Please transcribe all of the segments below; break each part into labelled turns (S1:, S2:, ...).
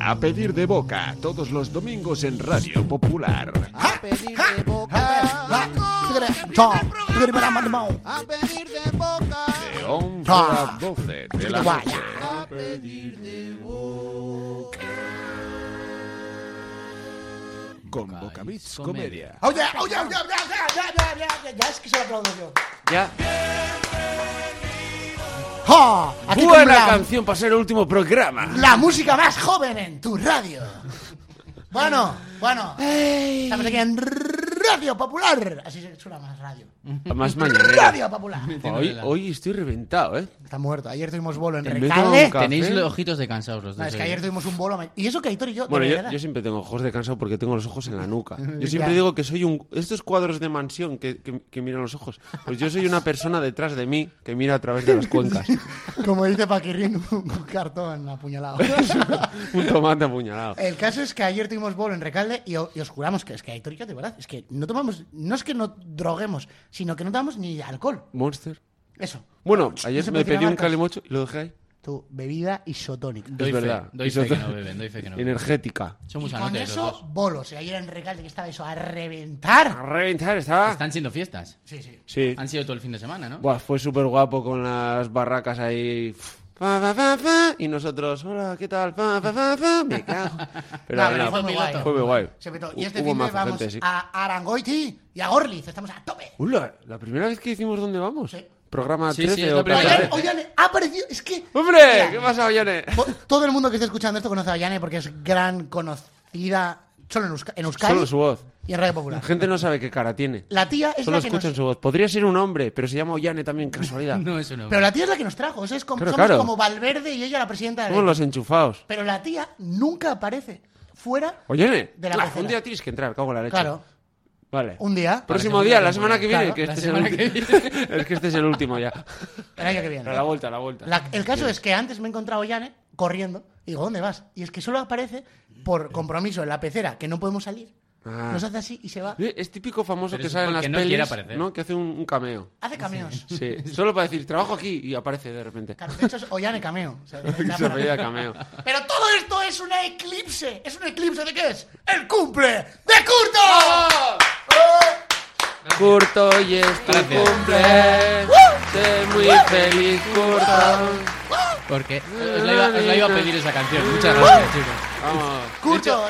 S1: a pedir de boca todos los domingos en Radio Popular.
S2: A pedir de boca. A pedir de boca.
S1: De 11 a 12 de la noche.
S2: A pedir de boca.
S1: Con Boca Beats Comedia.
S3: Oye, oye, oye, ya, ya, ya, ya, ya, ya, ya, es que se lo aplaudo yo.
S4: Ya.
S3: ¡Ja! Aquí con
S4: Buena
S3: la,
S4: canción para ser el último programa.
S3: la música más joven en tu radio. Bueno, bueno. Estamos aquí en Radio Popular. Así se suena más radio.
S4: Más mañanera.
S3: Radio Popular.
S4: Hoy, hoy estoy reventado, ¿eh?
S3: Está muerto. Ayer tuvimos bolo en
S4: En vez de un
S3: Recalde.
S4: ca-
S5: Tenéis
S4: Café.
S5: los ojitos de cansados los
S3: No,
S5: dos.
S3: es que
S5: hoy.
S3: ayer tuvimos un bolo. Y eso que Aitor y yo, de
S4: Bueno, yo,
S3: verdad.
S4: yo siempre tengo ojos de cansado porque tengo los ojos en la nuca. Yo siempre
S3: Ya.
S4: digo que soy un... Estos cuadros de mansión que, que- que miran los ojos. Pues yo soy una persona detrás de mí que mira a través de las cuencas.
S3: Como dice Paquirrín, un cartón apuñalado.
S4: un tomate apuñalado.
S3: El caso es que ayer tuvimos bolo en Recalde y, o- y os juramos que es que Aitor y yo, de verdad, es que no tomamos, no es que no droguemos, sino que no tomamos ni alcohol.
S4: Monster.
S3: Eso.
S4: Bueno,
S3: Ch, no
S4: ayer
S3: se
S4: me
S3: puede
S4: pedí
S3: tirar
S4: un
S3: marcas.
S4: calimocho y lo dejé ahí.
S3: Tu bebida isotónica.
S4: Es
S5: Doy fe,
S4: verdad.
S5: doy
S4: Eso-
S5: fe que no beben, doy fe que no beben.
S4: Energética.
S5: Son
S3: Y
S5: muy
S3: con
S5: anotes los
S3: eso,
S5: dos.
S3: bolos. Y ayer en Recalde que estaba eso a reventar.
S4: A reventar estaba.
S5: Están siendo fiestas.
S3: Sí, sí.
S4: Sí.
S5: Han sido todo el fin de semana, ¿no?
S4: Buah, fue súper guapo con las barracas ahí. Fa, fa, fa, fa. Y nosotros, hola, ¿qué tal? Fa, fa, fa, fa. Me cago. Pero
S3: No,
S4: no,
S3: pero fue muy guay.
S4: fue muy guay.
S3: Se petó.
S4: Hu-
S3: Y este
S4: Hubo
S3: fin de
S4: mazo
S3: vamos
S4: gente, sí.
S3: a Arangoiti y a Gorliz. Estamos a tope.
S4: Hola, la primera vez que hicimos dónde vamos.
S3: Sí.
S4: Programa
S5: Sí,
S4: 13
S5: sí, es
S4: o
S5: la primera
S4: 14.
S3: Ollane, Ollane, ha aparecido. Es que.
S4: ¡Hombre!
S3: Mira,
S4: ¿Qué pasa, Ollane?
S3: bo- Todo el mundo que esté escuchando esto conoce a Ollane porque es gran conocida solo en, Euska- en Euskadi
S4: Solo su voz.
S3: y en Radio
S4: La
S3: Popular.
S4: gente no sabe qué cara tiene.
S3: La tía es
S4: Solo
S3: la que nos...
S4: escuchan su voz. Podría ser un hombre, pero se llama Ollane también, casualidad.
S5: No es un
S3: Pero
S5: hombre.
S3: la tía es la que nos trajo. o sea, es como,
S4: Claro,
S3: somos
S4: claro.
S3: como Valverde y ella la presidenta de...
S4: Somos los enchufados.
S3: Pero la tía nunca aparece fuera.
S4: Ollane,
S3: De la
S4: ah,
S3: pecera.
S4: un día tienes que entrar, cago en la leche.
S3: Claro.
S4: Vale.
S3: Un día.
S4: Próximo día, la semana que viene.
S3: Claro,
S4: que
S5: la
S4: este es el
S5: semana que
S4: ulti- es que este es el último ya.
S3: El año que viene.
S4: Pero la vuelta, la vuelta.
S3: La- el caso es que antes me he encontrado a Yane corriendo. Y digo, ¿dónde vas? Y es que solo aparece por compromiso en la pecera, que no podemos salir.
S4: Ah.
S3: Nos hace así y se va.
S4: Eh, Es típico famoso
S5: Pero
S4: que
S5: eso
S4: sale en las
S5: porque no quiere
S4: pelis,
S5: aparecer.
S4: ¿no? Que hace un, un cameo.
S3: Hace cameos.
S4: Sí. Solo para decir, trabajo aquí y aparece de repente.
S3: Claro, de hecho es Ollane cameo. O sea,
S4: Y se apellida cameo.
S3: Pero todo esto es un eclipse. ¿Es un eclipse de qué es? ¡El cumple de
S4: ¡Ah!
S3: Curto!
S4: Curto y es tu
S5: Gracias.
S4: cumple. Sé muy feliz, Curto.
S5: Porque os la, iba, os la iba a pedir esa canción. Muchas gracias, chicos.
S4: Vamos.
S3: Curto.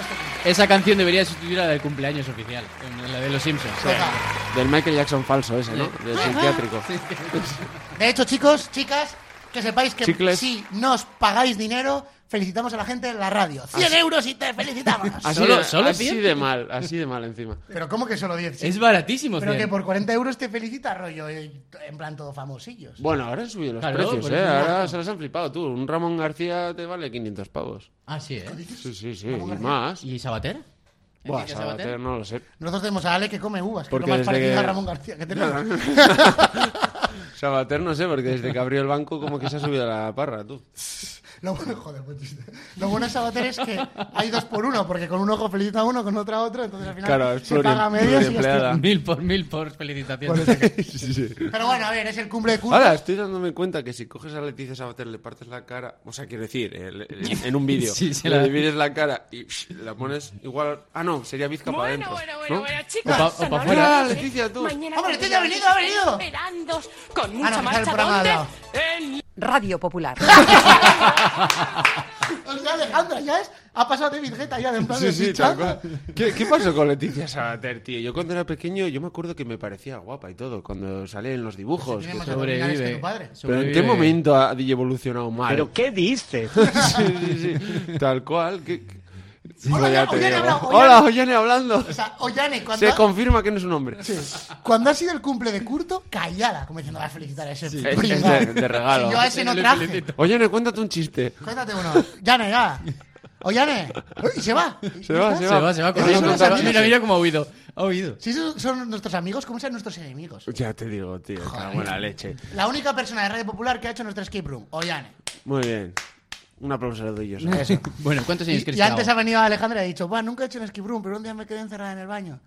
S5: Esa canción debería sustituir a la del cumpleaños oficial, la de los Simpsons.
S3: Total.
S4: Del Michael Jackson falso ese, ¿no? Del psiquiátrico.
S3: De hecho, chicos, chicas, que sepáis que
S4: Chicles.
S3: si nos pagáis dinero, felicitamos a la gente en la radio.
S4: Ah,
S3: 100 euros y te felicitamos.
S4: Así,
S5: ¿Solo-
S4: de,
S5: solo
S4: así
S5: cien?
S4: de mal, así de mal encima.
S3: Pero ¿cómo que solo 10?
S5: Es baratísimo,
S3: Pero que
S5: cien.
S3: por 40 euros te felicita, rollo, eh, en plan todo famosillos.
S4: Bueno, ahora han subido los
S5: Claro, pues
S4: precios,
S5: por
S4: ¿eh?
S5: eso no.
S4: Ahora se los han flipado tú. Un Ramón García te vale 500 pavos.
S5: Ah, sí, ¿eh?
S4: Sí, sí, sí. Y más.
S5: ¿Y Sabater?
S4: Buah,
S5: ¿Enrique
S4: Sabater, no lo sé.
S3: Nosotros tenemos a Ale que come uvas, que es
S4: Porque
S3: lo más
S4: desde
S3: parecido
S4: que-
S3: a Ramón García que tenemos.
S4: Sabater no sé, porque desde que abrió el banco como que se ha subido a la parra, tú.
S3: Lo bueno, joder, buen chiste. Lo bueno de Sabater es que hay dos por uno, porque con un ojo felicita a uno, con otro a otro, entonces al final
S4: Claro, es
S3: se paga a
S4: pluri-
S3: medias y ya está.
S4: pluriempleada.
S5: Mil por mil por felicitaciones.
S3: Pero bueno, a ver, es el cumple de curso.
S4: Ahora, estoy dándome cuenta que si coges a Leticia Sabater, le partes la cara, o sea, quiero decir, eh, le- en, en un vídeo,
S5: Sí, se
S4: le
S5: la-
S4: divides la cara y psh, la pones igual... Ah, no, sería bizca para
S6: Bueno,
S4: adentro.
S6: bueno, bueno,
S4: ¿no?
S6: bueno,
S5: O pa-
S6: chicos.
S5: o pa'
S6: sonaros,
S5: fuera.
S4: Ah, Leticia, tú.
S6: Mañana
S3: Hombre,
S6: cuando
S3: Leticia, ha venido, ha
S6: lleguéis,
S3: venido.
S6: esperándoos con
S3: Ah, no, que está
S6: mucha
S3: el
S6: marcha.
S3: programa al
S6: ¿Dónde?
S3: lado.
S6: En
S7: Radio Popular.
S3: O sea, Alejandra, ya es, ha pasado de virgeta ya de en plan
S4: Sí,
S3: de
S4: sí,
S3: ficha.
S4: tal cual. ¿Qué, qué pasó con Leticia Sabater, tío? Yo cuando era pequeño, yo me acuerdo que me parecía guapa y todo, cuando salía en los dibujos.
S3: Tiene
S4: que
S3: más
S4: todo.
S3: abdominales que
S5: Sobrevive.
S3: tu padre.
S4: Pero ¿en
S5: Sobrevive.
S4: qué momento ha evolucionado mal?
S8: qué dices?
S4: sí, sí, sí. Tal cual. que- que-
S3: Hola,
S4: Ya
S3: Ollane,
S4: te digo.
S3: Ollane habla, Ollane.
S4: Hola, Ollane hablando.
S3: O sea, Ollane, cuando,
S4: Se
S3: ha-
S4: confirma que no es un hombre.
S3: cuando ha sido el cumple de Curto, callada, como diciendo, va a felicitar a ese
S4: Es-
S3: pringao".
S4: es de- de regalo.
S3: Si yo a ese no
S5: Le
S3: traje.
S5: felicito.
S4: Ollane, cuéntate un chiste.
S3: Cuéntate uno. Yane, ya. Ollane. Y se va.
S4: Se va, se
S5: Se va, se va. corriendo,
S3: Eso no
S5: se va.
S3: sabía.
S5: Mira, mira cómo ha huido. Ha huido.
S3: Si esos son nuestros amigos, ¿cómo serán nuestros enemigos?
S4: Ya te digo, tío. Está buena leche.
S3: La única persona de Radio Popular que ha hecho nuestro escape room, Ollane.
S4: Muy bien. Un aplauso le doy yo. solo.
S3: Eso.
S5: Bueno, ¿cuántos años
S3: Y,
S5: crees
S3: y
S5: que
S3: antes ha
S5: hago?
S3: venido Alejandra y ha dicho, va, nunca he hecho un escape room, pero un día me quedé encerrada en el baño.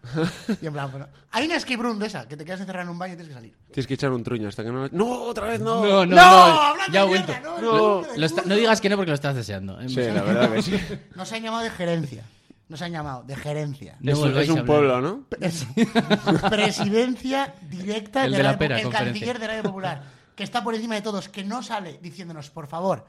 S3: Y en plan, bueno, hay una escape room de esa, que te quedas encerrada en un baño y tienes que salir.
S4: Tienes que echar un truño hasta que no... ¡No, otra vez no!
S5: No, no, no.
S3: hablando
S5: ya ha
S3: de
S5: vuelto.
S3: mierda, no,
S5: Lo-
S3: no,
S5: lo está- no digas que no porque lo estás deseando. ¿eh?
S4: Sí, la verdad que sí.
S3: Nos han llamado de gerencia. Nos han llamado de gerencia.
S5: No
S4: es, un-
S5: volváis
S4: es
S5: a
S4: un
S5: hablar.
S4: pueblo, ¿no?
S3: Es- presidencia directa
S5: El
S3: de
S5: de la
S3: Radio
S5: pera,
S3: Pop- el
S5: conferencia.
S3: canciller de Radio Popular, que está por encima de todos, que no sale diciéndonos, por favor,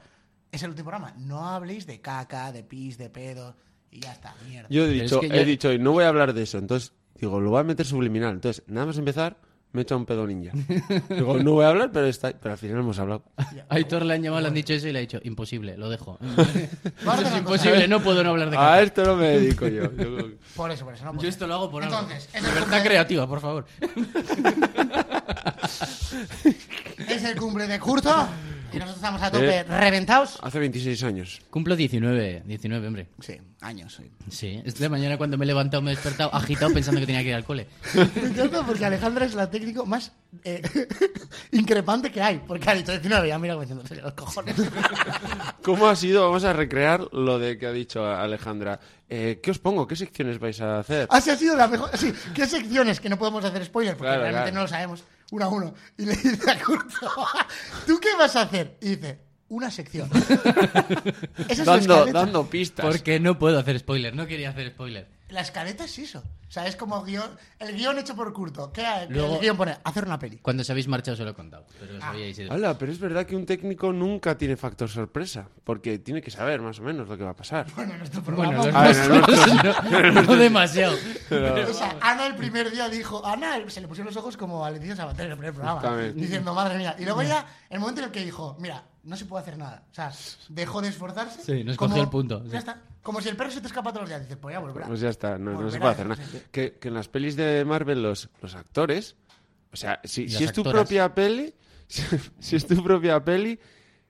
S3: es el último programa, no habléis de caca, de pis, de pedo, y ya está, mierda.
S4: Yo he
S5: Pero es
S4: dicho,
S5: que
S4: he
S5: yo-
S4: dicho, y no voy a hablar de eso. Entonces, digo, lo voy a meter subliminal. Entonces, nada más empezar, me echa un pedo ninja. Digo, no voy a hablar, pero está... Pero al final hemos hablado.
S5: A Aitor le han llamado, le han dicho eso y le ha dicho, imposible, lo dejo.
S3: Vamos a hacer
S5: es
S3: una
S5: imposible, no puedo no hablar de
S4: A
S5: caca.
S4: esto no me dedico yo. Yo-
S3: Por eso, por eso, no puedo.
S5: Yo esto lo hago por
S3: Entonces, es
S5: algo.
S3: el
S5: Libertad
S3: concepto-
S5: creativa, por favor.
S3: Es el cumple de curso y nosotros estamos a tope
S4: Eh.
S3: reventados.
S4: Hace 26 años.
S5: Cumplo 19, 19, hombre.
S3: Sí, años. sí.
S5: Sí, esta mañana cuando me he levantado me he despertado agitado pensando que tenía que ir al cole.
S3: Me encanta porque Alejandra es la técnico más eh, increpante que hay. Porque ha dicho 19, ya mira como diciendo, "Pero los cojones.
S4: ¿Cómo ha sido? Vamos a recrear lo de que ha dicho Alejandra. Eh, ¿Qué os pongo? ¿Qué secciones vais a hacer?
S3: Así ha sido la mejor. Ah, Sí, ¿qué secciones? Que no podemos hacer spoilers porque
S4: Claro,
S3: realmente
S4: claro.
S3: no lo sabemos. Uno a uno. Y le dice a Curto, ¿tú qué vas a hacer? Y dice, una sección. Esa es la
S4: Dando,
S3: escaleta.
S4: dando pistas.
S5: Porque no puedo hacer spoiler, no quería hacer spoiler.
S3: La escaleta es eso. O sea, es como guión, el guión hecho por Curto. ¿Qué hay?
S5: Luego-
S3: El guión pone, hacer una peli.
S5: Cuando os habéis marchado se lo he contado, pero os
S3: Ah.
S5: habíais ido.
S4: Hala, pero es verdad que un técnico nunca tiene factor sorpresa, porque tiene que saber más o menos lo que va a pasar.
S3: Bueno, en nuestro programa.
S5: Bueno, los
S4: A ver,
S5: nuestros no, no demasiado.
S3: O sea, Ana el primer día dijo, Ana se le pusieron los ojos como a Leticia Sabater en el primer programa,
S4: Justamente.
S3: diciendo, madre mía. Y luego ya, el momento en el que dijo, mira, no se puede hacer nada. O sea, dejó de esforzarse.
S5: Sí, nos cogió el punto,
S3: ya
S5: sí.
S3: está. Como si el perro se te escapa todos los días. Dices, pues ya volverá.
S4: Pues ya está, no, no se
S3: Volverá,
S4: puede hacer
S3: no
S4: nada.
S3: sé qué.
S4: Que, que en las pelis de Marvel los, los actores, o sea, si,
S5: Y
S4: si
S5: las
S4: es tu
S5: actoras.
S4: propia peli, si, es tu propia peli,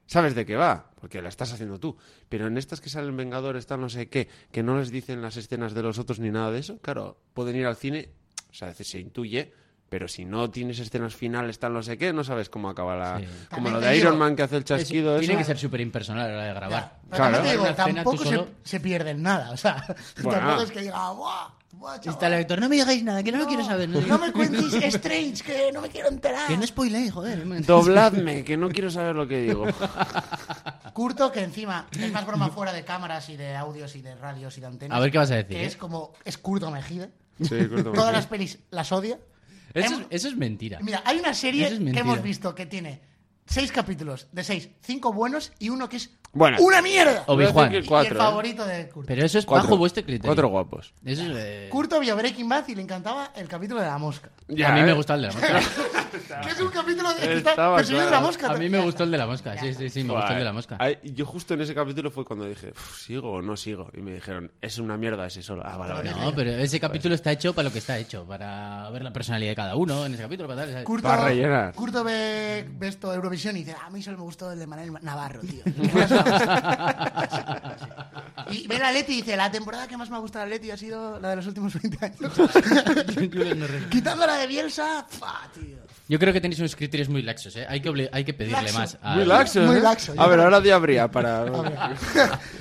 S4: sabes de qué va, porque la estás haciendo tú. Pero en estas que salen Vengadores, tal no sé qué, que no les dicen las escenas de los otros ni nada de eso, claro, pueden ir al cine, o sea, se- se intuye. Pero si no tienes escenas finales, tal no sé qué, no sabes cómo acaba la...
S5: Sí.
S4: Como
S3: También
S4: lo
S3: te
S4: de
S3: digo,
S4: Iron Man que hace el
S5: Es-
S4: chasquido
S5: tiene
S4: eso.
S5: que ser súper impersonal a la hora de
S3: Ya.
S5: grabar.
S3: Pero también te
S5: Grabar
S3: digo,
S5: una escena
S3: tampoco
S5: tú
S3: se,
S5: solo-
S3: se pierden nada. O sea,
S4: Bueno.
S3: tampoco es que diga, ¡buah! ¡buah
S5: Está el
S3: chaval,
S5: actor, no me digáis nada, que no, lo quiero saber.
S3: no,
S5: No,
S3: me cuentéis Strange, que no me quiero enterar.
S5: que no spoiléis, joder. man.
S4: Dobladme, que no quiero saber lo que digo.
S3: Curto, que encima es más broma fuera de cámaras y de audios y de radios y de antenas.
S5: A ver qué vas a decir.
S3: que
S5: ¿eh?
S3: es como es Curto Mejide.
S4: Sí, corto,
S3: Todas las pelis las odia.
S5: Eso, es,
S3: Hemos-
S5: eso es mentira.
S3: Em, Mira, hay una serie
S5: Eso es
S3: que
S5: mentira.
S3: hemos visto que tiene seis capítulos de seis, cinco buenos y uno que es
S4: Bueno.
S3: una mierda.
S5: O Big Juan.
S4: Voy a decir
S3: Y
S4: que cuatro,
S3: el
S4: ¿eh?
S3: favorito de Curto.
S5: Pero eso es
S4: Cuatro.
S5: bajo vuestro criterio.
S4: Cuatro guapos.
S5: Eso es, eh,
S3: Curto vio Breaking Bad y le encantaba el capítulo de la mosca.
S4: Ya,
S5: a mí me
S4: ¿eh?
S5: gusta el de la mosca.
S3: Que es un capítulo de que está
S4: Estaba
S3: persiguiendo
S4: claro.
S3: la mosca.
S5: A mí me gustó el de la mosca. Sí, sí, sí, me gustó el de la mosca.
S4: Ay, yo justo en ese capítulo fue cuando dije, "Uf, ¿sigo o no sigo? Y me dijeron, es una mierda ese solo. Ah, vale, vale.
S5: No, pero ese capítulo está hecho para lo que está hecho, para ver la personalidad de cada uno en ese capítulo. Para tal, ¿sabes?
S3: Curto,
S4: Para rellenar.
S3: Curto ve, ve esto Eurovisión y dice, a mí solo me gustó el de Manuel Navarro, tío. El que más me ha gustado". y ve la Leti y dice, la temporada que más me ha gustado la Leti ha sido la de los últimos 20 años. Quitando la de Bielsa, fa, tío.
S5: Yo creo que tenéis unos criterios muy laxos, ¿eh? Hay que, obli- hay que pedirle
S3: Laxo.
S5: más. a-
S4: Muy laxo.
S3: Muy
S4: ¿eh?
S3: laxo, yo
S4: A ver,
S3: creo.
S4: ahora de habría para.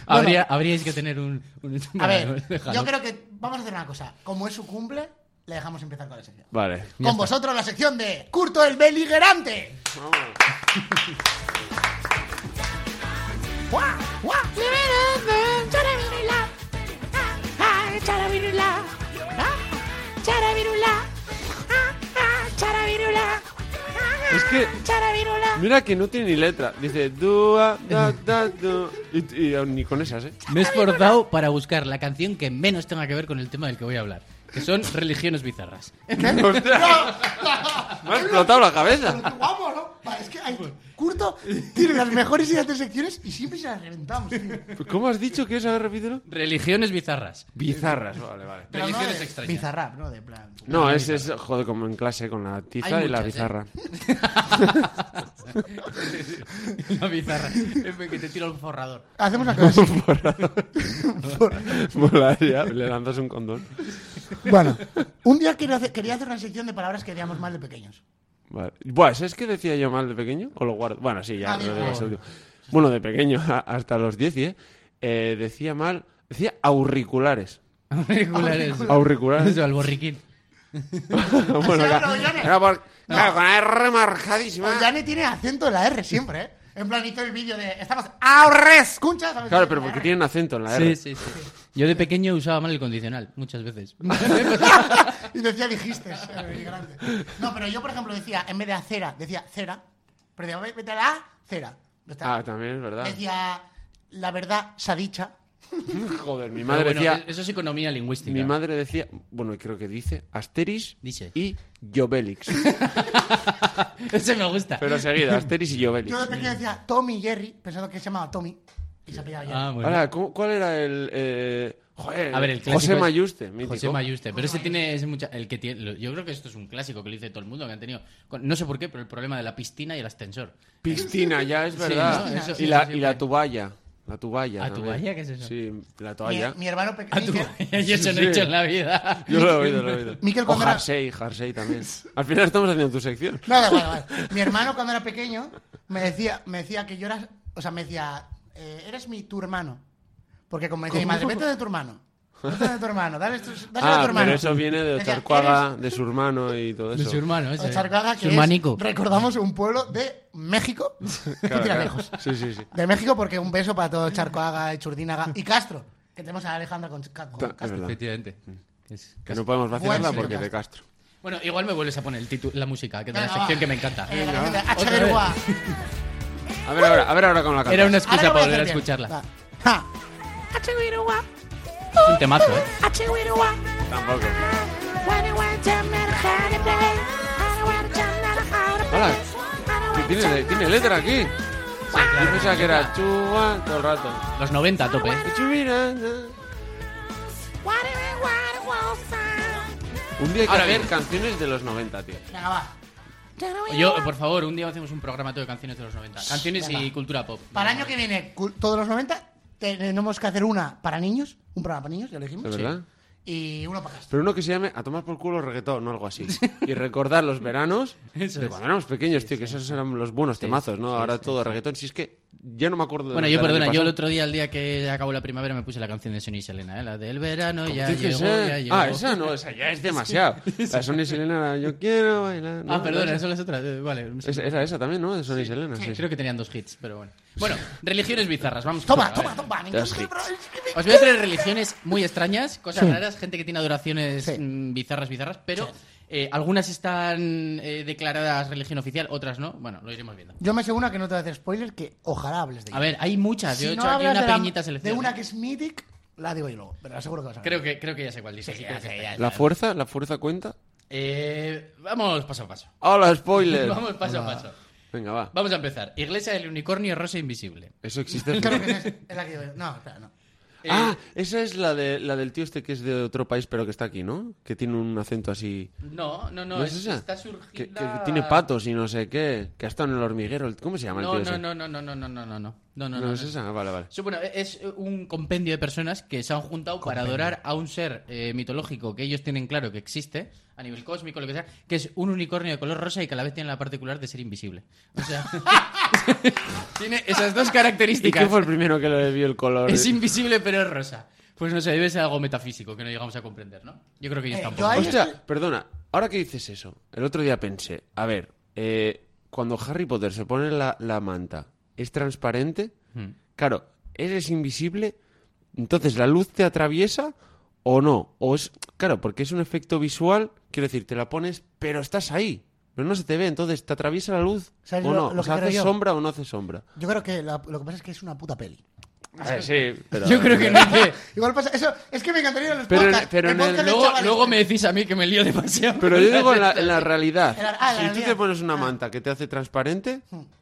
S5: Habría, Habríais que tener un... un-
S3: A ver,
S5: déjalo.
S3: yo creo que vamos a hacer una cosa. Como es su cumple, le dejamos empezar con la sección.
S4: Vale.
S5: Ya
S3: Con
S5: está.
S3: vosotros la sección de Curto el Beligerante. ¡Guau, guau!
S4: Es que. Mira que no tiene ni letra. Dice, dua, da, da, du. Y, y aún ni con esas, ¿eh?
S5: Me he esforzado para buscar la canción que menos tenga que ver con el tema del que voy a hablar, que son religiones bizarras.
S3: ¿Eh?
S4: ¡Ostras! Me ha explotado la cabeza.
S3: Pero qué guapo, ¿no? Va, Es que hay, Curto tiene las mejores ideas de secciones y siempre se las reventamos, tío.
S4: ¿Cómo has dicho que es? A ver, repítelo.
S5: Religiones bizarras.
S4: Bizarras, vale, vale.
S3: Pero no
S5: Religiones
S3: de
S5: extrañas.
S3: Bizarrap, ¿no? De plan.
S4: No, ese es, joder, como en clase con la tiza
S5: Hay
S4: y la
S5: muchas, ¿eh?
S4: bizarra.
S5: La bizarra. Es que te tiro el forrador.
S3: Hacemos una cosa.
S4: Molaría, le lanzas un condón.
S3: bueno, un día quería hacer, quería hacer una sección de palabras que decíamos mal de pequeños.
S4: Vale. Buah, ¿sabes qué decía yo mal de pequeño? O lo guardo. Bueno, sí, ya
S3: Ah,
S4: lo
S3: digo.
S4: digo, es el último. bueno, de pequeño, a- hasta los 10, ¿eh? Eh, decía mal, decía auriculares.
S5: Auriculares.
S4: Auriculares.
S5: Eso, al borriquín.
S4: bueno,
S3: Claro,
S4: claro,
S3: Ollane.
S4: era por- claro, con la R marcadísima.
S3: Ollane Pues tiene acento en la R siempre, ¿eh? En plan, hizo el vídeo de. Estamos. ¡Aurres! ¿Cuncha? ¿sabes?
S4: Claro, pero porque tienen acento en la R.
S5: Sí, sí, sí. Yo de pequeño usaba mal el condicional, muchas veces.
S3: Y decía, dijiste. eh, grande. No, pero yo, por ejemplo, decía, en vez de acera, decía cera. Pero decía, vete a la A, cera. Ya está.
S4: Ah, también es verdad.
S3: Decía, la verdad, sadicha.
S4: Joder, mi
S5: Pero
S4: madre
S5: bueno,
S4: decía,
S5: Eso es economía lingüística.
S4: mi madre decía, bueno, y creo que dice Asteris
S5: Dice.
S4: y Jobelix.
S5: Ese me gusta.
S4: Pero seguida, Asteris y Jobelix.
S3: Yo de pequeño decía Tommy Jerry, pensando que se llamaba Tommy. Y se apellaba Jerry.
S5: Ah, bueno.
S4: Ahora, ¿cómo- ¿cuál era el eh, joder,
S5: A ver, el clásico
S4: José
S5: es-
S4: Mayuste, mítico.
S5: José Mayuste, pero ese tiene es mucha, el que tiene, lo- yo creo que esto es un clásico que lo dice todo el mundo que han tenido, con- no sé por qué, pero el problema de la piscina y el ascensor.
S4: Piscina, ya es verdad.
S5: Sí, ¿no? Eso sí,
S4: y la
S5: eso sí,
S4: y la
S5: bueno.
S4: toalla, la toalla.
S5: ¿La
S4: también.
S5: toalla? ¿Qué es eso?
S4: Sí, la
S3: mi,
S4: toalla.
S3: mi hermano
S5: Ah, tú,
S3: pequeño.
S5: yo eso no he
S4: Sí.
S5: hecho en la vida.
S4: Yo lo he oído, lo he oído.
S3: Miquel,
S4: o
S3: cuando era-
S4: Jersey, Jersey también. Al final estamos haciendo tu sección.
S3: Nada, vale, vale. Mi hermano cuando era pequeño me decía, me decía que yo era, o sea, me decía, eh, eres mi tu hermano. Porque como me decía mi madre, vete de tu hermano. Vete de tu hermano, dale, estos- dáselo a tu
S4: Ah,
S3: hermano.
S4: pero eso viene de
S3: Decía,
S4: Ocharcuaga, de su hermano y todo eso.
S5: De su hermano, ese.
S3: Ocharcuaga, que
S5: su
S3: es,
S5: hermanico.
S3: recordamos un pueblo de México.
S4: Claro,
S3: Tú tira
S4: claro.
S3: lejos.
S4: Sí, sí, sí.
S3: De México porque un beso para todo Charcoaga, Churdínaga y Castro. Que tenemos a Alejandra con, con
S4: Ta-
S3: Castro.
S4: Es verdad.
S5: Efectivamente. Mm. Es-
S4: Que no podemos
S3: pues
S4: vacilarla
S3: Buen
S4: porque
S3: señor
S4: de Castro.
S5: Bueno, igual me vuelves a poner el título, la música, que es la
S3: Venga,
S5: sección
S3: va.
S5: que me encanta.
S3: Eh, la gente,
S5: Otra
S3: H.
S5: vez.
S3: Guá.
S4: A ver ahora, a ver ahora con la
S5: Era
S4: canción.
S3: Ahora
S5: una
S3: lo voy
S5: excusa para
S3: a
S5: volver a
S3: hacer bien.
S5: escucharla.
S3: Va. Ja.
S5: Es un
S4: Ah,
S5: temazo, ¿eh?
S4: Tampoco.
S6: Hola.
S4: Tiene, tiene letra aquí. Yo pensaba que era chua todo el rato.
S5: Los 90 a tope.
S4: Un día hay que
S5: Ahora
S4: hacer
S5: bien.
S4: canciones de los 90, tío.
S3: Venga, va.
S5: Yo, por favor, un día hacemos un programa todo de canciones de los 90. Canciones y cultura pop.
S3: Para el año que viene, cul- todos los 90, tenemos que hacer una para niños, un programa para niños, ya lo
S4: ¿De
S3: dijimos.
S4: verdad?
S3: Y uno para Castro.
S4: Pero uno que se llame a tomar por culo reggaetón o algo así. Y recordar los veranos
S5: Eso
S4: de
S5: es.
S4: cuando éramos pequeños, tío, que esos eran los buenos temazos, ¿no?
S5: sí,
S4: Ahora
S5: sí,
S4: todo reggaetón. Si es que ya no me acuerdo de
S5: Bueno,
S4: los
S5: yo
S4: del año
S5: perdona, yo
S4: pasado.
S5: el otro día, el día que acabó la primavera, me puse la canción de Sonny y Selena, ¿eh? la del verano ya
S4: Tío, que
S5: llegó,
S4: esa-
S5: ya llegó.
S4: Ah, esa no, esa ya es demasiado. La de Sony Selena, la yo quiero bailar.
S5: Ah,
S4: no,
S5: perdona,
S4: esa-
S5: eso es otra. eh, Vale,
S4: esa- Era esa también, ¿no? De Sony Selena. sí, sí.
S5: creo que tenían dos hits, pero bueno. Bueno, religiones bizarras, vamos. con
S3: Toma,
S5: otra,
S3: toma,
S5: a ver.
S3: toma. me
S4: Dos
S3: encanta,
S4: hits.
S3: bro, es que me-
S5: Os voy a traer religiones muy extrañas, cosas
S3: Sí.
S5: raras, gente que tiene adoraciones
S3: Sí.
S5: mm, bizarras, bizarras, pero eh, algunas están eh, declaradas religión oficial, otras no. Bueno, lo iremos viendo.
S3: Yo me sé una que no te voy a hacer spoiler, que ojalá hables de
S5: A
S3: ella.
S5: ver, hay muchas.
S3: Si
S5: Yo he
S3: no
S5: hecho aquí
S3: hablas
S5: una
S3: de la-
S5: pequeñita selección.
S3: De una que es Mythic, la digo yo luego, pero seguro que vas a
S5: creo, que, creo que ya sé cuál dice. sí, creo que está.
S4: ¿La fuerza? ¿La fuerza cuenta?
S5: Eh, vamos paso a paso.
S4: ¡Hola, spoiler!
S5: Vamos paso a paso.
S4: Venga, va.
S5: Vamos a empezar. Iglesia del unicornio rosa invisible.
S4: Eso existe.
S3: Creo que es, es la que digo yo. No, espera, no.
S5: Eh,
S4: Ah, esa es la, de, la del tío este que es de otro país pero que está aquí, ¿no? Que tiene un acento así...
S5: No, no, no.
S4: ¿No es
S5: es-
S4: esa?
S5: Está
S4: Que,
S5: surgida...
S4: que tiene patos y no sé qué. Que ha estado en el hormiguero. ¿Cómo se llama el
S5: No,
S4: tío
S5: no,
S4: ese?
S5: no, no, no, no, no, no, no, no, no, no, no,
S4: ¿No es esa? Ah, Vale, vale.
S5: So, bueno, e-, es un compendio de personas que se han juntado para adorar a un ser eh, mitológico que ellos tienen claro que existe, a nivel cósmico, lo que sea, que es un unicornio de color rosa y que a la vez tiene la particular de ser invisible. O sea, tiene esas dos
S4: ¿Y
S5: características.
S4: qué fue el primero que le vio el color?
S5: Es invisible pero es rosa. Pues no sé, debe ser algo metafísico que no llegamos a comprender, ¿no? Yo creo que ellos
S3: Eh,
S5: tampoco.
S3: yo ahí-
S4: Hostia, perdona. Ahora que dices eso, el otro día pensé... A ver, eh, cuando Harry Potter se pone la, la manta, ¿es transparente?
S5: Hmm.
S4: Claro, eres invisible, entonces la luz te atraviesa o no. O es, claro, porque es un efecto visual, quiero decir, te la pones, pero estás ahí. Pero no se te ve, entonces te atraviesa la luz
S3: ¿Sabes
S4: o
S3: lo-
S4: no.
S3: lo
S4: o sea,
S3: que creo
S4: hace
S3: yo?
S4: sombra o no hace sombra.
S3: Yo creo que la- lo que pasa es que es una puta peli.
S4: sí, pero...
S5: Yo creo que no. que-
S3: Igual pasa eso. Es que me encantaría ir a los
S4: Pero en-
S3: podcasts.
S4: pero en el-
S3: podcast de
S5: Luego,
S3: chavales.
S5: luego me decís a mí que me lío demasiado.
S4: Pero yo digo en la, en la realidad.
S3: En la- ah, en la
S4: si tú te
S3: realidad.
S4: pones una
S3: Ah. Hmm.
S4: manta que te hace transparente,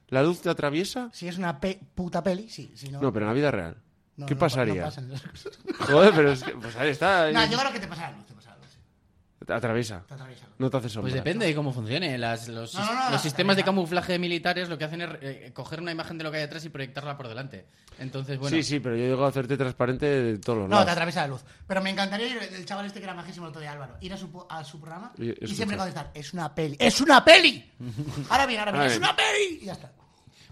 S4: ¿la luz te atraviesa?
S3: Si es una pe- puta peli, sí. Si no,
S4: No, pero en la vida real.
S3: no,
S4: ¿Qué
S3: no pa-
S4: pasaría?
S3: No, pasan esas cosas.
S4: Joder, pero es que... Pues ahí está.
S3: No, yo creo que te pasa algo. Te pasa algo. sí.
S4: Te atraviesa.
S3: Te atraviesa algo.
S4: No te hace sombra.
S5: Pues depende de cómo funcione. Las- los,
S3: No, no, no,
S5: los
S3: no,
S5: sistemas de
S3: venga.
S5: camuflaje militares lo que hacen es eh, coger una imagen de lo que hay atrás y proyectarla por delante. Entonces, bueno.
S4: Sí, sí, pero yo digo hacerte transparente de todos los
S3: No,
S4: lados.
S3: te atraviesa la luz. Pero me encantaría ir, el chaval este que era majísimo el otro día, Álvaro, ir a su, po- a su programa
S4: Y-
S3: y,
S4: escucha.
S3: siempre contestar, es una peli. ¡Es una peli! Ahora bien, ahora bien,
S4: Ahora
S3: ¡es
S4: bien.
S3: una peli! Y ya está.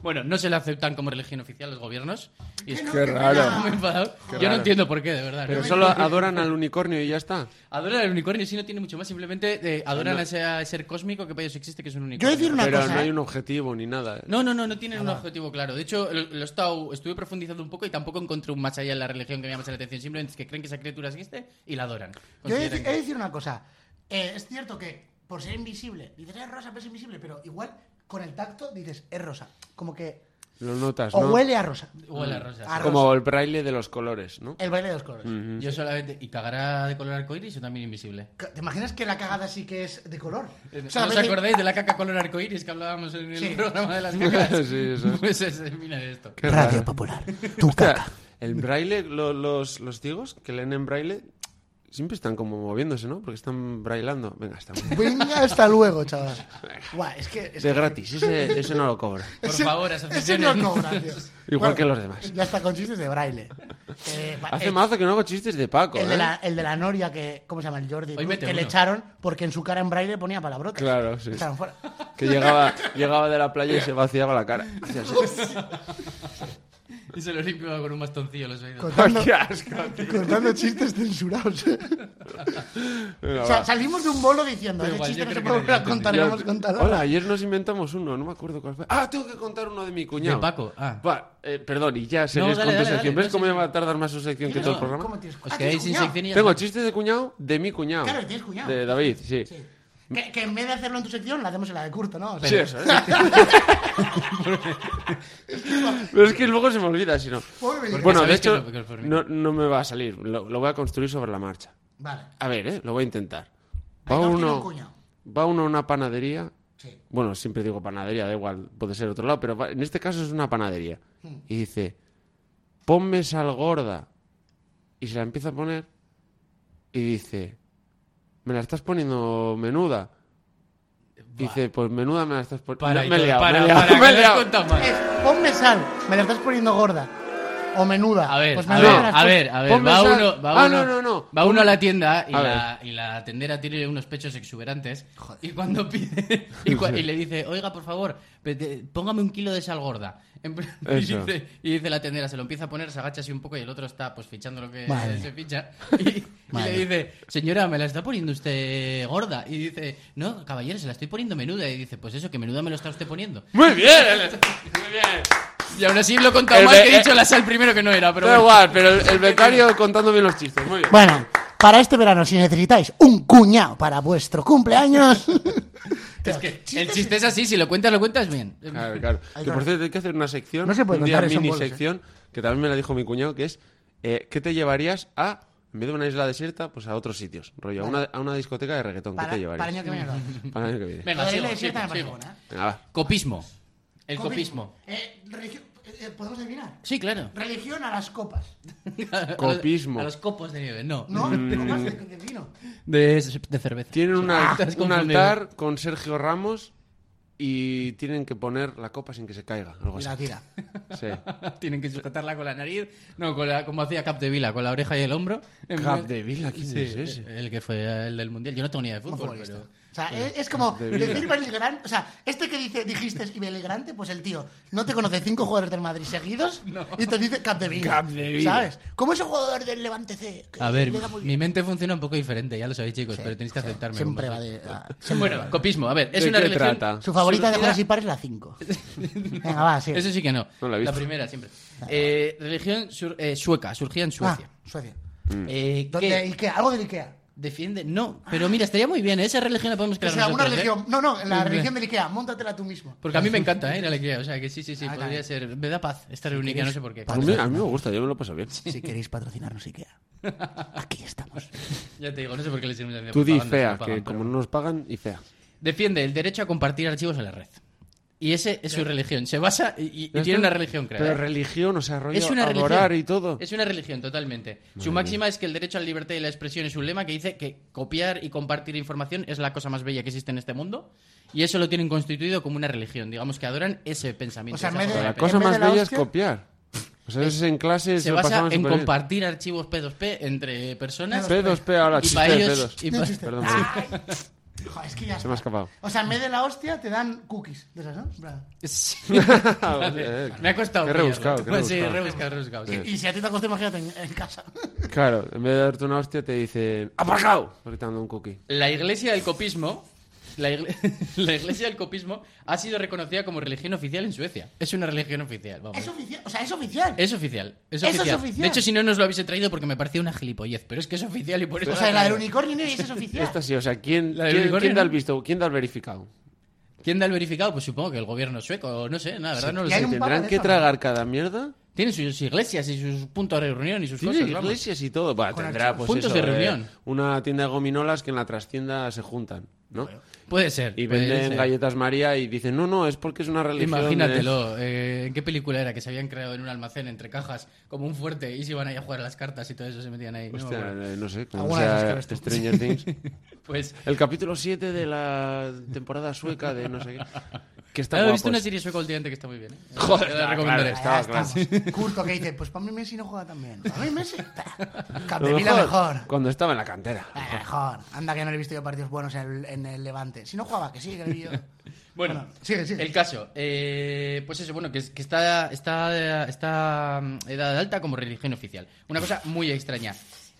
S5: Bueno, no se la aceptan como religión oficial los gobiernos. Y es-
S6: Qué raro.
S5: me he enfadado. Yo
S4: raro.
S5: no entiendo por qué, de verdad.
S4: Pero
S5: ¿no?
S4: solo adoran al unicornio y ya está.
S5: Adoran al unicornio, sí, no tiene mucho más. Simplemente eh, adoran a ese a ser cósmico que para ellos existe, que es un unicornio.
S3: decir Una
S4: Pero
S3: cosa,
S4: no hay
S3: ¿eh?
S4: un objetivo ni nada. ¿eh?
S5: No, no, no, no tienen un objetivo claro. De hecho, lo, lo he estado- estuve profundizando un poco y tampoco encontré un más allá en la religión que me llamase la atención. Simplemente es que creen que esa criatura existe y la adoran.
S3: Yo he de
S5: Consideran
S3: decir,
S5: que-
S3: he de decir una cosa. Eh, es cierto que por ser invisible, dices es rosa, pero es invisible, pero igual con el tacto dices es rosa. Como que.
S4: Lo notas,
S3: O
S4: Pues ¿no?
S3: huele a rosa. Mm.
S5: Huele a rosa, sí.
S3: A rosa.
S4: Como Mm. el braille de los colores, ¿no?
S3: El baile de los colores.
S5: Yo solamente. ¿Y cagará de color arcoíris o también invisible?
S3: ¿Te imaginas que la cagada sí que es de color?
S5: Eh, ¿No
S3: Eh, O sea,
S5: os
S3: a veces-
S5: acordáis de la caca color arcoíris que hablábamos en el
S3: Sí.
S5: programa de las cacas?
S4: Sí, eso es.
S5: Pues es, mira esto.
S4: Qué
S3: Radio
S4: raro.
S3: Popular. Tu
S4: Hostia,
S3: caca.
S4: el braille, lo- los, los ciegos que leen en braille siempre están como moviéndose, ¿no? Porque están brailando. Venga, está muy bien.
S3: Venga, hasta luego, chaval. Guau, es que. es
S4: De
S3: que-
S4: gratis, ese, ese no lo cobra.
S5: Por
S3: Ese-
S5: favor,
S3: ese
S5: asociaciones.
S3: no cobra, tío.
S4: Igual
S3: Bueno,
S4: que los demás.
S3: Y hasta con chistes de braille. Eh, va-
S4: Hace
S3: eh,
S4: mazo que no hago chistes de Paco,
S3: El
S4: ¿eh?
S3: de, la, el de la Noria, que, ¿cómo se llama? El Jordi,
S5: Hoy
S3: Cruz,
S5: mete
S3: que le
S5: uno.
S3: echaron porque en su cara en braille ponía palabrotas.
S4: Claro, sí. Ah,
S3: Echaron fuera.
S4: Que llegaba, llegaba de la playa y se vaciaba la cara. Hacía así.
S5: Y se lo limpio con un bastoncillo los oídos.
S3: Contando,
S4: ¡Qué asco!
S3: contando chistes censurados.
S4: Venga,
S3: o sea,
S4: va.
S3: salimos de un bolo diciendo,
S5: Da
S3: ese
S5: igual,
S3: chiste
S5: yo
S3: no se
S5: creo
S3: puede
S5: que
S3: volver
S5: nadie
S3: a
S5: lo
S3: contar, lo hemos contado.
S4: Hola, ayer nos inventamos uno, no me acuerdo cuál fue. Ah, tengo que contar uno de mi cuñado.
S5: De Paco, ah.
S4: Va, eh, perdón, y ya se
S5: No,
S4: les
S5: dale,
S4: contó
S5: dale,
S4: sección.
S5: dale,
S4: ¿Ves
S5: no,
S4: cómo
S5: sí,
S4: me va a tardar más su sección que
S5: No,
S4: todo el
S3: ¿Cómo
S4: programa?
S3: tienes cu-
S5: Os
S3: ah, tienes
S5: quedáis sin
S3: cuñado?
S5: sección y ya
S4: Tengo
S5: está.
S4: chistes de cuñado de mi cuñado.
S3: Claro, tienes cuñado.
S4: De David, sí.
S3: Sí. Que, que en vez de hacerlo en tu sección, la hacemos en la de Curto, ¿no? O sea,
S4: Sí, eso, ¿eh? Pero es que luego se me olvida, si no.
S3: pobre-
S4: Bueno, de
S5: sabéis que
S4: hecho,
S5: no- que os formé.
S4: no, no me va a salir. Lo, lo voy a construir sobre la marcha.
S3: Vale.
S4: A ver, ¿eh? Lo voy a intentar. Va
S3: Aitor tiene un
S4: uno,
S3: cuñado.
S4: va uno a una panadería.
S3: Sí.
S4: Bueno, siempre digo panadería, da igual, puede ser otro lado, pero va- en este caso es una panadería.
S5: Hmm.
S4: Y dice, ponme sal gorda. Y se la empieza a poner y dice, ¿me la estás poniendo menuda? Dice, pues menuda me la estás poniendo.
S5: Para,
S4: me he
S5: Aitor,
S4: liado,
S5: para,
S4: me he liado,
S5: para,
S4: me he
S5: que lo has
S4: liado.
S5: contado mal.
S3: Eh, ponme sal, me la estás poniendo gorda. O menuda.
S5: A ver,
S3: Pues
S5: a,
S3: menuda
S4: no,
S3: me
S5: ver
S3: la has
S5: a
S3: puesto-
S5: ver, a ver,
S4: ponme
S5: va
S4: esa-
S5: uno, va
S4: Ah,
S5: uno,
S4: no, no, no.
S5: va uno a la tienda y
S4: A
S5: la, y la tendera tiene unos pechos exuberantes y cuando pide y, cua- y le dice, oiga, por favor, pe- te- póngame un kilo de sal gorda. En plan- y,
S4: Eso.
S5: dice, y dice la tendera, se lo empieza a poner, se agacha así un poco y el otro está pues fichando lo que
S3: Madre mía.
S5: se ficha y, y le dice, señora, me la está poniendo usted gorda y dice, no, caballero, se la estoy poniendo menuda y dice, pues eso, que menuda me lo está usted poniendo.
S4: Muy bien, muy bien.
S5: Y aún así lo he contado
S4: El
S5: mal
S4: de-
S5: que he dicho la sal primero que no era, pero
S4: da
S5: bueno.
S4: igual, pero el, el becario contando bien los chistes. Muy bien.
S3: Bueno, para este verano, si necesitáis un cuñado para vuestro cumpleaños.
S5: Es que el chiste es así, si lo cuentas, lo cuentas bien.
S4: Claro, claro. Que por cierto, hay que hacer una sección,
S3: No se puede
S4: un día
S3: contar eso en
S4: mini
S3: bolos, ¿eh?
S4: sección, que también me la dijo mi cuñado, que es eh, ¿qué te llevarías a, en vez de una isla desierta, pues a otros sitios? Rollo, a, una, a una discoteca de reggaetón,
S3: para,
S4: ¿qué te
S3: para
S4: llevarías?
S3: el año que viene. lo hago.
S4: Para el año que viene.
S5: Venga,
S3: Lo de
S5: sigo,
S3: la desierta
S5: sigo,
S3: me parece
S5: sigo.
S3: buena, ¿eh?
S4: Venga, va.
S5: Copismo. El copismo.
S3: Eh, religio- eh, ¿Podemos adivinar?
S5: Sí, claro.
S3: Religión a las copas.
S4: Copismo.
S5: A los copos de nieve, no.
S3: ¿No? Copas de, de
S5: Mm.
S3: vino.
S5: De, de cerveza.
S4: Tienen
S3: Ah,
S4: una-
S5: Te has
S4: un
S5: confundido.
S4: altar con Sergio Ramos y tienen que poner la copa sin que se caiga, algo
S3: Y
S4: así.
S3: la tira.
S4: Sí.
S5: Tienen que sujetarla con la nariz. No, con la, como hacía Capdevila, con la oreja y el hombro.
S4: Capdevila, ¿quién
S5: Sí,
S4: es ese?
S5: El que fue el del mundial. Yo no tengo ni idea de
S3: Un
S5: fútbol,
S3: futbolista.
S5: Pues pero.
S3: O sea, eh, es, es como
S4: de
S3: decir
S4: vida.
S3: Belgrante. O sea, este que dice, dijiste es Belgrante, pues el tío no te conoce cinco jugadores del Madrid seguidos y te dice Capdevila.
S4: Capdevila.
S3: ¿Sabes? ¿Cómo ese jugador del Levante C? que
S5: A ver,
S3: juega muy
S5: mi
S3: bien?
S5: mente funciona un poco diferente, ya lo sabéis, chicos, pero tenéis que aceptarme.
S3: Siempre va
S5: como
S3: de.
S5: soy.
S3: ah, siempre va
S5: Bueno,
S3: de-
S5: copismo, a ver, es
S4: ¿De
S5: una
S4: qué
S5: religión.
S4: trata?
S3: Su favorita de
S5: surgida-
S3: Juegos y Par es la 5. Venga, va, sí.
S5: Eso sí que no.
S4: No la he
S5: la,
S4: visto.
S5: primera siempre. Eh, religión sur- eh, sueca, surgía en
S3: Ah,
S5: Suecia.
S3: Suecia.
S4: Mm.
S5: Eh,
S3: ¿Dónde?
S5: que
S3: Ikea, algo del Ikea.
S5: defiende. No, pero mira, estaría muy bien. ¿eh? Esa religión la podemos
S3: O
S5: crear
S3: sea, una
S5: nosotros, ¿eh?
S3: religión. No, no, la
S5: Sí,
S3: religión del Ikea, móntatela tú mismo.
S5: Porque a mí me encanta, ¿eh? Ir a la Ikea, O sea, que sí, sí, sí,
S3: Ah,
S5: podría
S3: claro.
S5: ser. Me da paz estar en un Ikea, no sé por qué.
S4: A mí, a mí me gusta, yo me lo paso bien.
S3: Si queréis patrocinarnos Ikea, aquí estamos.
S5: Ya te digo, no sé por qué le seguimos haciendo
S4: Tú di
S5: propaganda, si
S4: fea,
S5: no pagan,
S4: que
S5: pero
S4: como no nos pagan, y fea.
S5: Defiende el derecho a compartir archivos en la red. Y ese es su religión. Se basa y, y- y tiene una religión, creo.
S4: Pero
S5: ¿eh?
S4: religión, o sea, rollo
S5: Es una
S4: adorar
S5: religión.
S4: y todo.
S5: Es una religión, totalmente. su máxima es que el derecho a la libertad y la expresión es un lema que dice que copiar y compartir información es la cosa más bella que existe en este mundo. Y eso lo tienen constituido como una religión. Digamos que adoran ese pensamiento.
S3: O sea, en
S5: esa
S3: vez de-
S4: Pero
S5: forma
S4: la
S3: en
S4: cosa
S3: vez de
S4: más
S3: la
S4: bella
S3: hostia-
S4: es copiar. O sea, eso es en clase
S5: se
S4: lo
S5: basa
S4: pasamos
S5: en
S4: superbién.
S5: compartir archivos P2P entre personas.
S4: P2P ahora,
S5: y
S4: chiste
S5: para
S4: de
S5: ellos.
S4: pedos.
S5: y pa-
S4: Perdón,
S3: Jo, es que ya
S4: Se me ha
S3: está.
S4: escapado.
S3: O sea, en vez de la hostia te dan cookies de esas, ¿no? En plan-
S5: Sí. Vale, Me ha costado.
S4: Eh, Qué
S5: pillarlo. Pues
S4: rebuscado, qué
S5: Sí,
S4: rebuscado.
S5: rebuscado, rebuscado. sí.
S3: Y si a ti te costó, imagínate, en, en casa.
S4: Claro, en vez de darte una hostia te dicen ¡Aparcado! Porque te dan un cookie.
S5: La iglesia del copismo. La, igle- la iglesia del copismo ha sido reconocida como religión oficial en Suecia. Es una religión oficial, vamos.
S3: Es oficial, o sea, es oficial.
S5: Es oficial. Es
S3: Eso es
S5: oficial.
S3: oficial.
S5: De hecho, si no, nos lo habéis traído porque me parecía una gilipollez. Pero es que es oficial y por eso.
S3: o sea, la del
S5: traigo.
S3: unicornio ni esa es oficial.
S4: Esta sí, o sea, ¿quién,
S5: La del
S4: quién,
S5: unicornio,
S4: quién da el
S5: ¿no?
S4: visto? ¿Quién da el verificado?
S5: ¿Quién da el verificado? Pues supongo que el gobierno sueco, no sé, nada, la verdad no lo
S3: ya hay
S5: sé.
S3: un papa
S4: ¿Tendrán
S3: de
S4: que
S3: eso,
S4: tragar cada mierda?
S5: Tienen sus iglesias y sus puntos de reunión y sus
S4: Tiene
S5: cosas. vamos.
S4: iglesias y todo. Bah,
S3: Con
S4: tendrá, pues,
S5: Puntos
S4: eso,
S5: de
S4: eh,
S5: reunión.
S4: una tienda de gominolas que en la trastienda se juntan, ¿no?
S5: Puede ser.
S4: Y
S5: puede
S4: venden
S5: ser.
S4: galletas María y dicen, no, no, es porque es una religión. de-
S5: Imagínatelo. eh, ¿En qué película era que se habían creado en un almacén entre cajas como un fuerte y se iban ahí a jugar a las cartas y todo eso se metían ahí? No me
S4: Hostia, eh,
S5: acuerdo.
S4: no, sé, como
S3: Alguna de esas que
S4: sea
S3: ves tú.
S4: Stranger Things.
S5: Pues.
S4: El capítulo 7 de la temporada sueca de no sé qué. Que está
S5: He
S4: guapo este.
S5: visto una
S4: ese.
S5: serie sueca últimamente que está muy bien. ¿eh?
S4: Joder,
S5: Te la
S4: claro,
S5: recomendaré.
S4: claro.
S3: Ahí
S4: Estaba
S3: estamos. Curto que dice, pues para mí Messi no juega tan bien. Para mí Messi.
S4: Lo
S3: Capdevila mejor.
S4: Cuando estaba en la cantera.
S3: Ah, Mejor. Anda que no le he visto yo partidos buenos en el, en el Levante. Si no jugaba, que sí, que le vi yo.
S5: Bueno,
S3: sigue, sigue.
S5: El caso, eh, pues eso, bueno, que, es- que está, está, está mm, edad alta como religión oficial. Una cosa muy extraña.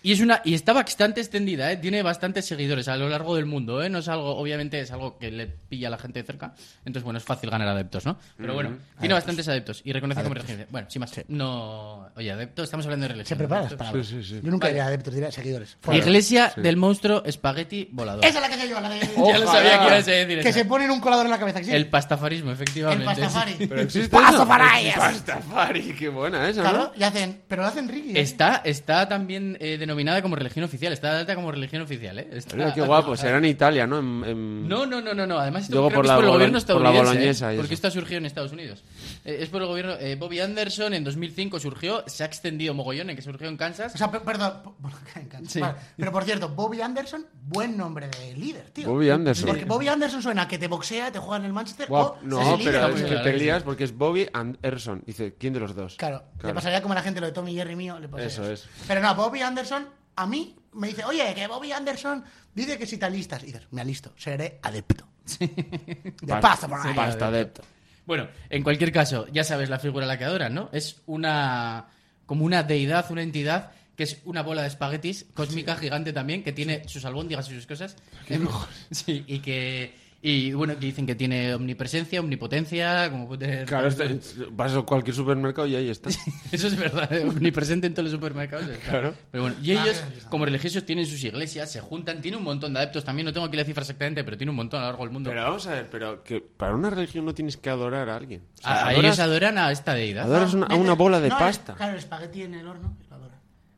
S5: Y, es una, y está bastante extendida, ¿eh? tiene bastantes seguidores a lo largo del mundo. ¿eh? No es algo, obviamente es algo que le pilla a la gente de cerca. Entonces, bueno, es fácil ganar adeptos, ¿no? Pero bueno, tiene bastantes adeptos y reconoce como religión. Bueno, sin más. No. Oye, adepto, estamos hablando de religión.
S3: Se preparan las
S5: adeptos.
S3: palabras.
S4: Sí, sí, sí.
S3: Yo nunca diría adeptos, diría seguidores. Fuera.
S5: Iglesia del monstruo espagueti volador.
S3: Esa es la que se lleva, la de...
S5: Ya lo sabía que ibas a decir
S3: Que
S5: eso.
S3: se ponen un colador en la cabeza. que sí.
S5: El pastafarismo,
S3: el
S5: efectivamente.
S3: pastafari.
S4: ¿Existe
S3: ¡Paso
S4: eso?
S3: para ellas!
S4: Pastafari, qué buena esa, ¿no?
S3: Claro, y hacen... Pero lo hacen Ricky. ¿eh?
S5: Está, está también eh, denominada como religión oficial, está de alta como religión oficial, ¿eh? Está-
S4: Mira, qué guapo, será en Italia, ¿no? En- en-
S5: No, no, no, no, no. Además esto
S4: Luego
S5: creo
S4: por
S5: que es
S4: la
S5: por el
S4: bolo-
S5: gobierno
S4: por la
S5: estadounidense, ¿eh?
S4: boloñesa y eso.
S5: porque esto ha surgido en Estados Unidos. Eh, es por el gobierno. eh, Bobby Anderson en 2005 surgió, se ha extendido mogollón en que surgió en Kansas.
S3: O sea, pe- perdón. po- bueno, que me encanta.
S5: Sí.
S3: Vale, Pero por cierto, Bobby Anderson, buen nombre de líder, tío.
S4: Bobby Anderson.
S3: Porque Bobby Anderson suena a que te boxea, te juega en el Manchester
S4: Guap-
S3: o es
S4: no,
S3: el líder.
S4: pero
S5: muy
S4: es que
S5: claro,
S4: te
S5: sí.
S4: lías porque es Bobby Anderson. Dice, ¿quién de los dos?
S3: Claro, le
S4: Claro.
S3: pasaría como a la gente lo de Tommy Jerry mío. Le pasaría
S4: Eso es.
S3: Pero no, Bobby Anderson, a mí me dice, oye, que Bobby Anderson dice que si te alistas. Y dices, me alisto, seré adepto. De paso por ahí.
S4: Pasta adepto.
S5: Bueno, en cualquier caso, ya sabes la figura a la que adoran, ¿no? Es una. como una deidad, una entidad que es una bola de espaguetis cósmica gigante también, que tiene sus albóndigas y sus cosas. Em, sí, y que. Y bueno, que dicen que tiene omnipresencia, omnipotencia, como puede.
S4: Claro, este- vas a cualquier supermercado y ahí está.
S5: Eso es verdad, ¿eh? omnipresente en todos los supermercados. está.
S4: Claro.
S5: Pero bueno, y ellos,
S3: Ah, claro.
S5: como religiosos, tienen sus iglesias, se juntan, tiene un montón de adeptos también, no tengo aquí la cifra exactamente, pero tiene un montón a lo largo del mundo.
S4: Pero vamos a ver, pero que para una religión no tienes que adorar a alguien. O sea,
S5: a, a ellos
S4: adoras-
S5: adoran a esta deidad.
S4: Adora- adoras una- a una bola de
S3: No,
S4: pasta.
S3: Claro, el espagueti en el horno. y lo adora.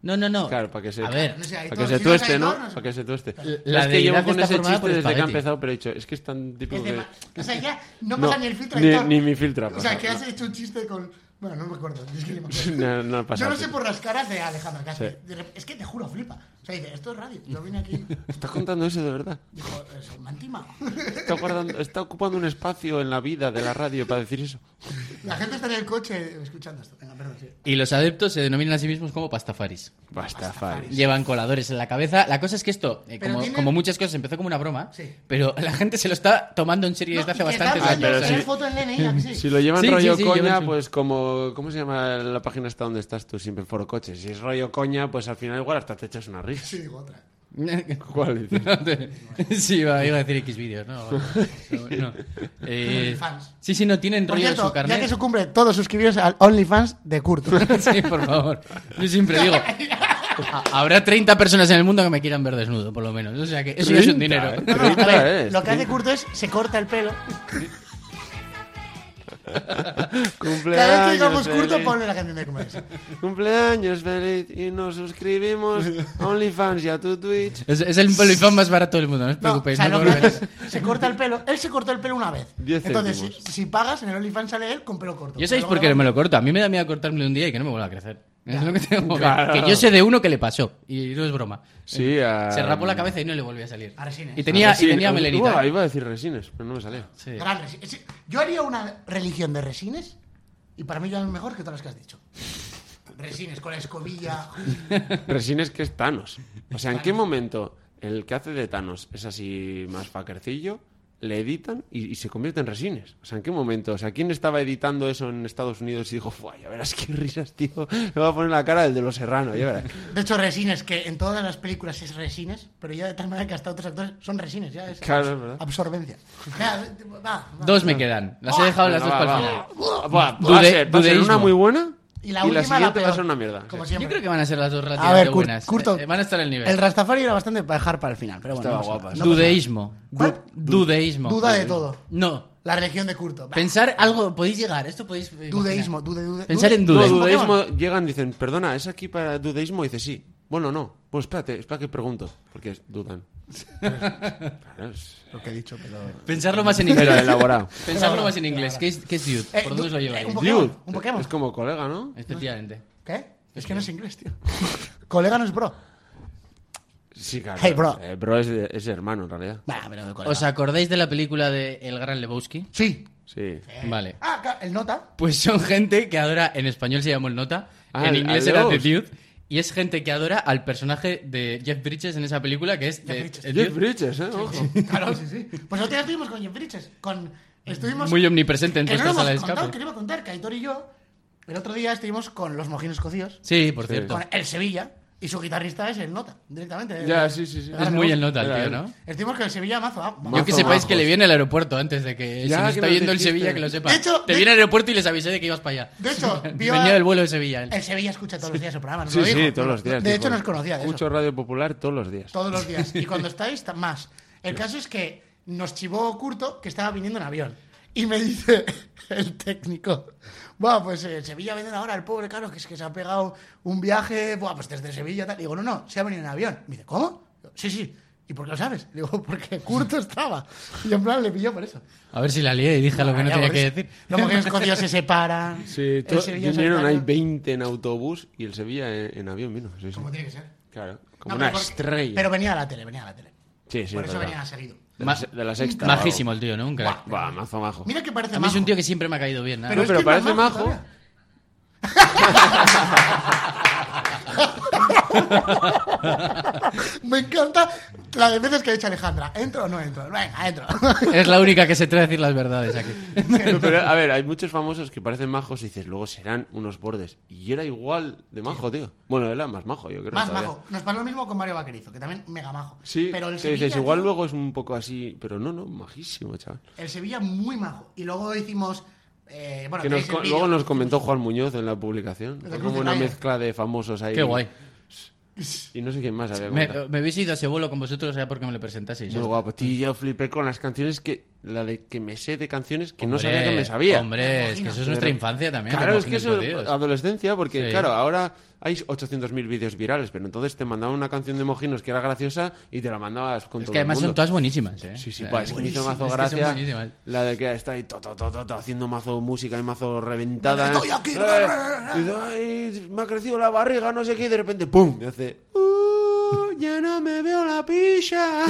S5: No, no, no.
S4: Claro, para que se,
S5: A ver,
S3: No sé, ahí
S4: para
S3: todo-
S4: que se
S3: si no
S4: tueste,
S3: sabes
S4: ¿no?
S3: horno,
S4: Para que se tueste.
S5: La
S4: es que llevo
S5: deidad
S4: con
S5: está
S4: ese
S5: formada
S4: chiste
S5: por
S4: desde que ha
S5: espagueti.
S4: empezado, pero he dicho, es que es tan típico
S3: Es de
S4: que...
S3: ma- O sea, ya no
S4: No,
S3: pasa ni el filtro.
S4: ni-
S3: Aitor.
S4: ni mi filtro
S3: O sea,
S4: pasa,
S3: que
S4: no.
S3: has hecho un chiste con... Bueno, no me acuerdo. Es que ni me acuerdo.
S4: No, no ha pasado.
S3: Yo no sé por las caras de Alejandra Castro.
S4: Sí.
S3: De rep- Es que te juro, flipa. O sea, dice, esto es radio. Yo vine aquí.
S4: ¿Estás contando eso de verdad?
S3: Dijo, eso, me han timado.
S4: Está, guardando- está ocupando un espacio en la vida de la radio para decir eso.
S3: La gente está en el coche escuchando esto. Venga, perdón, sí.
S5: Y los adeptos se denominan a sí mismos como pastafaris.
S4: Basta, Fari.
S5: Llevan coladores en la cabeza. La cosa es que esto, eh,
S3: Pero
S5: como,
S3: tienen-
S5: como muchas cosas, empezó como una broma,
S3: Sí.
S5: pero la gente se lo está tomando en serio
S3: No,
S5: desde hace
S3: y que
S5: bastante
S3: está
S4: años.
S5: tiempo.
S3: haciendo
S4: Ah, pero sí.
S3: tener foto en LNI, ¿a que sí?
S4: Si lo llevan
S5: Sí,
S4: rollo
S5: sí, sí,
S4: coña,
S5: llevan su-
S4: pues como... ¿Cómo se llama la página esta donde estás tú? Siempre Foro Coches. Si es rollo coña, pues al final igual hasta te echas una risa.
S3: Sí, digo otra.
S4: ¿Cuál dices?
S5: No te- ¿eh? sí, iba, iba a decir X vídeos, ¿no? No, no. Eh,
S3: Fans.
S5: sí, sí, no tienen
S3: Por
S5: rollo en
S3: cierto,
S5: su carnet.
S3: ya que se cumple, todos suscribiros al OnlyFans de Curto.
S5: Sí, por favor. Yo siempre digo. a- Habrá 30 personas en el mundo que me quieran ver desnudo, por lo menos. O sea que eso ya es un
S4: 30,
S5: dinero.
S4: ¿eh?
S3: No, no, a
S4: Treinta
S3: ver,
S4: es,
S3: lo que hace Curto es se corta el pelo. Cada vez que
S4: Cumpleaños
S3: digamos Curto,
S4: feliz.
S3: ponle la canción de comercio.
S4: Cumpleaños feliz. Y nos suscribimos a OnlyFans y a tu Twitch.
S5: Es, es el polifón más barato del mundo, no os
S3: No, o
S5: preocupéis.
S3: sea,
S5: no
S3: lo que hace
S5: volveréis.
S3: es, se corta el pelo. Él se cortó el pelo una vez.
S4: Diez
S3: Entonces, si,
S4: céntimos.
S3: si pagas, en el OnlyFans sale él con pelo corto.
S5: Yo sabéis
S3: Pero
S5: por qué
S3: luego-
S5: me lo corto. A mí me da miedo cortarme un día y que no me vuelva a crecer. Es lo que tengo que- Que yo sé de uno que le pasó. Y no es broma.
S4: Sí, a...
S5: Se rapó la cabeza y no le volvió a salir.
S3: A Resines.
S5: Y tenía, y
S4: Resina.
S5: tenía melenita.
S4: Uah, iba a decir resines, pero no me salía.
S5: Sí.
S3: Gran resi- sí, Yo haría una religión de resines y para mí ya es mejor que todas las que has dicho. Resines con la escobilla.
S4: Resines que es Thanos. O sea, ¿en qué momento El que hace de Thanos es así más faquercillo, le editan y, y se convierte en resines. O sea, ¿en qué momento? O sea, ¿quién estaba editando eso en Estados Unidos y dijo, "Fua, ya verás qué risas, tío! Me va a poner la cara del de los serranos, ya verás.
S3: De hecho, Resines, que en todas las películas es Resines, pero ya de tal manera que hasta otros actores son Resines, ya es
S4: Claro, es verdad.
S3: absorbencia. Ya, va, va.
S5: Dos me quedan. Las he dejado las dos
S4: Venga,
S5: para
S4: va,
S5: el final.
S4: va. Va, va a
S5: Dude-
S4: ser, va a ser
S5: dudeísmo.
S4: una muy buena
S3: Y la última, la
S4: siguiente va a
S3: peor.
S4: ser una mierda.
S3: Como
S4: Sí.
S3: siempre.
S5: Yo creo que van a ser las dos
S3: A
S5: relativamente
S3: ver, Cur-
S5: buenas.
S3: Curto.
S5: Eh, van a estar al nivel.
S3: El Rastafari era bastante para dejar para el final, pero bueno.
S4: Estaba
S3: no pasa
S4: guapa.
S3: nada.
S4: no
S5: Dudeísmo.
S3: ¿Cuál?
S5: Du- Dudeísmo.
S3: Duda de todo.
S5: No.
S3: La religión de Curto. Bah,
S5: Pensar algo. Podéis llegar. Esto podéis. eh,
S3: Dudeísmo,
S5: imaginar.
S3: dude, dude-
S5: Pensar en
S4: No,
S5: dudeísmo.
S4: dudeísmo, llegan, dicen, perdona, ¿es aquí para dudeísmo? Y dice, sí. Bueno, no. Pues espérate, espera que pregunto. Porque es- dudan. Claro, es-
S3: Lo que he dicho, pero.
S5: Pensarlo más en
S4: Pero
S5: inglés.
S4: elaborado.
S5: Pensarlo más en inglés. ¿Qué es, qué es dude?
S3: Eh,
S5: ¿Por dónde
S3: du-
S5: os lo
S3: eh, un
S5: lleváis?
S3: poco- Pokémon,
S4: Dude,
S3: un Pokémon.
S4: Es como colega, ¿no?
S5: Efectivamente.
S3: ¿Qué? Es que no es inglés, tío. Colega no es bro.
S4: Sí, claro.
S3: Hey, bro.
S4: Eh, bro es, de- es hermano, en realidad.
S3: Bah, pero colega.
S5: ¿Os acordáis de la película de El Gran Lebowski?
S3: Sí.
S4: Sí.
S5: Vale.
S3: Ah, ca- el nota.
S5: Pues son gente que adora, en español se llamó el Nota,
S4: Ah,
S5: en
S4: el-
S5: inglés
S4: al
S5: era The
S4: Lost.
S5: Dude, y es gente que adora al personaje de Jeff Bridges en esa película que es The-
S3: Bridges.
S5: The
S4: Jeff
S5: Dude,
S4: Bridges, ¿eh? Ojo.
S3: Claro, sí, sí. Pues nosotros estuvimos con Jeff Bridges. Con... Estuvimos.
S5: muy omnipresente en
S3: que no lo
S5: nuestra sala de
S3: hemos contado, que
S5: escape.
S3: lo iba a contar, que Aitor y yo, el otro día estuvimos con los mojinos cocidos,
S5: Sí, por cierto.
S3: con el Sevilla, y su guitarrista es el Nota, directamente.
S4: Ya, sí, sí, sí.
S5: Es muy el Nota, el
S4: Era
S5: tío,
S4: él.
S5: ¿no?
S3: Estuvimos con el Sevilla mazo. ah, mazo.
S5: Yo que sepáis
S4: majos.
S5: que le viene al aeropuerto antes de que
S4: Ya,
S5: si
S4: que
S5: me está
S4: nos
S5: viendo el
S4: dijiste.
S5: Sevilla que lo sepa.
S3: De hecho,
S5: te
S3: de-
S5: viene al aeropuerto y les avisé de que ibas para allá.
S3: De hecho, vio
S5: Venía
S3: a- Eh.
S5: del vuelo de Sevilla. él.
S3: el Sevilla escucha todos los días el programa, nos
S4: Sí,
S3: lo dijo.
S4: sí, todos los días.
S3: De
S4: tipo,
S3: hecho, nos conocía de eso.
S4: Escucho Radio Popular todos los días.
S3: Todos los días. Y cuando estáis, ta- más. El caso es que nos chivó Curto que estaba viniendo en avión. Y me dice el técnico, bueno, pues eh, Sevilla venden ahora al pobre Carlos, que es que se ha pegado un viaje, buah, pues desde Sevilla tal. Y digo, no, no, se ha venido en avión. Me dice, ¿cómo? Digo, Sí, sí. ¿Y por qué lo sabes? Le digo, porque Curto estaba. Y en plan le pilló por eso.
S5: A ver si la lié y dije lo que no
S3: Ya,
S5: tenía
S3: por
S5: que
S3: eso.
S5: decir.
S3: Los mujeres escocidos se separan.
S4: Sí,
S3: el
S4: to-
S3: Sevilla se
S4: vinieron ahí
S3: separa.
S4: 20 en autobús y el Sevilla en, en avión vino. Sí, sí.
S3: Como tiene que ser.
S4: Claro, como
S3: No,
S4: una
S3: pero porque-
S4: estrella.
S3: Pero venía a la tele, venía a la tele.
S4: sí, sí,
S3: por
S4: es
S3: eso
S4: verdad.
S3: venía seguido.
S4: de, la, se- de la sexta.
S5: Majísimo el tío, ¿no? Un crack.
S4: Va, va, mazo majo.
S3: Mira que parece
S5: A mí es un
S3: majo.
S5: tío que siempre me ha caído bien. ¿eh?
S4: Ah,
S5: nada
S4: No,
S5: más.
S4: pero
S3: es que es
S4: parece
S3: más
S4: majo.
S3: todavía. Me encanta la de veces que ha dicho Alejandra. ¿Entro o no entro? Venga, entro.
S5: Es la única que se atreve a decir las verdades aquí.
S4: No, pero, a ver, hay muchos famosos que parecen majos y dices, luego serán unos bordes. Y era igual de majo, tío. Bueno, era más majo, yo creo.
S3: Más
S4: todavía.
S3: majo. Nos pasa lo mismo con Mario Vaquerizo, que también mega majo.
S4: Sí,
S3: pero el
S4: que
S3: Sevilla,
S4: dices, igual
S3: tío,
S4: luego es un poco así, pero no, no, majísimo, chaval.
S3: El Sevilla muy majo. Y luego hicimos... eh, bueno,
S4: Que nos
S3: tenéis el
S4: co-
S3: vídeo.
S4: luego nos comentó Juan Muñoz en la publicación.
S3: Pero
S4: Fue
S3: Cruz
S4: como
S3: de
S4: una
S3: Raya.
S4: mezcla de famosos ahí.
S5: Qué guay.
S4: Y no sé quién más había
S5: Me,
S4: comentado.
S5: me habéis ido a ese vuelo con vosotros allá porque me lo presentaseis.
S4: Muy guapo, tío. Yo flipé con las canciones que. La de que me sé de canciones que no
S5: Hombre,
S4: sabía que me sabía.
S5: Hombre, es que eso es nuestra
S4: Pero-
S5: infancia también.
S4: Claro,
S5: me
S4: es que eso
S5: imagino,
S4: es
S5: tío.
S4: adolescencia, porque
S5: Sí.
S4: claro, ahora hay 800.000 vídeos virales, pero entonces te mandaban una canción de Mojinos que era graciosa y te la mandabas con
S5: Es
S4: todo
S5: que además
S4: el
S5: son
S4: mundo.
S5: todas buenísimas, ¿eh?
S4: Sí, sí,
S5: O sea,
S4: buah, es que me hizo
S5: buenísimas,
S4: mazo
S5: es que son
S4: gracia.
S5: buenísimas.
S4: la de que está ahí to, to, to, to, to, haciendo mazo música y mazo reventada.
S3: Estoy aquí,
S4: Eh,
S3: ra,
S4: y dice, "Ay, me ha crecido la barriga, no sé qué, y de repente, ¡pum! Y hace. "Uh, ya no me veo la pilla.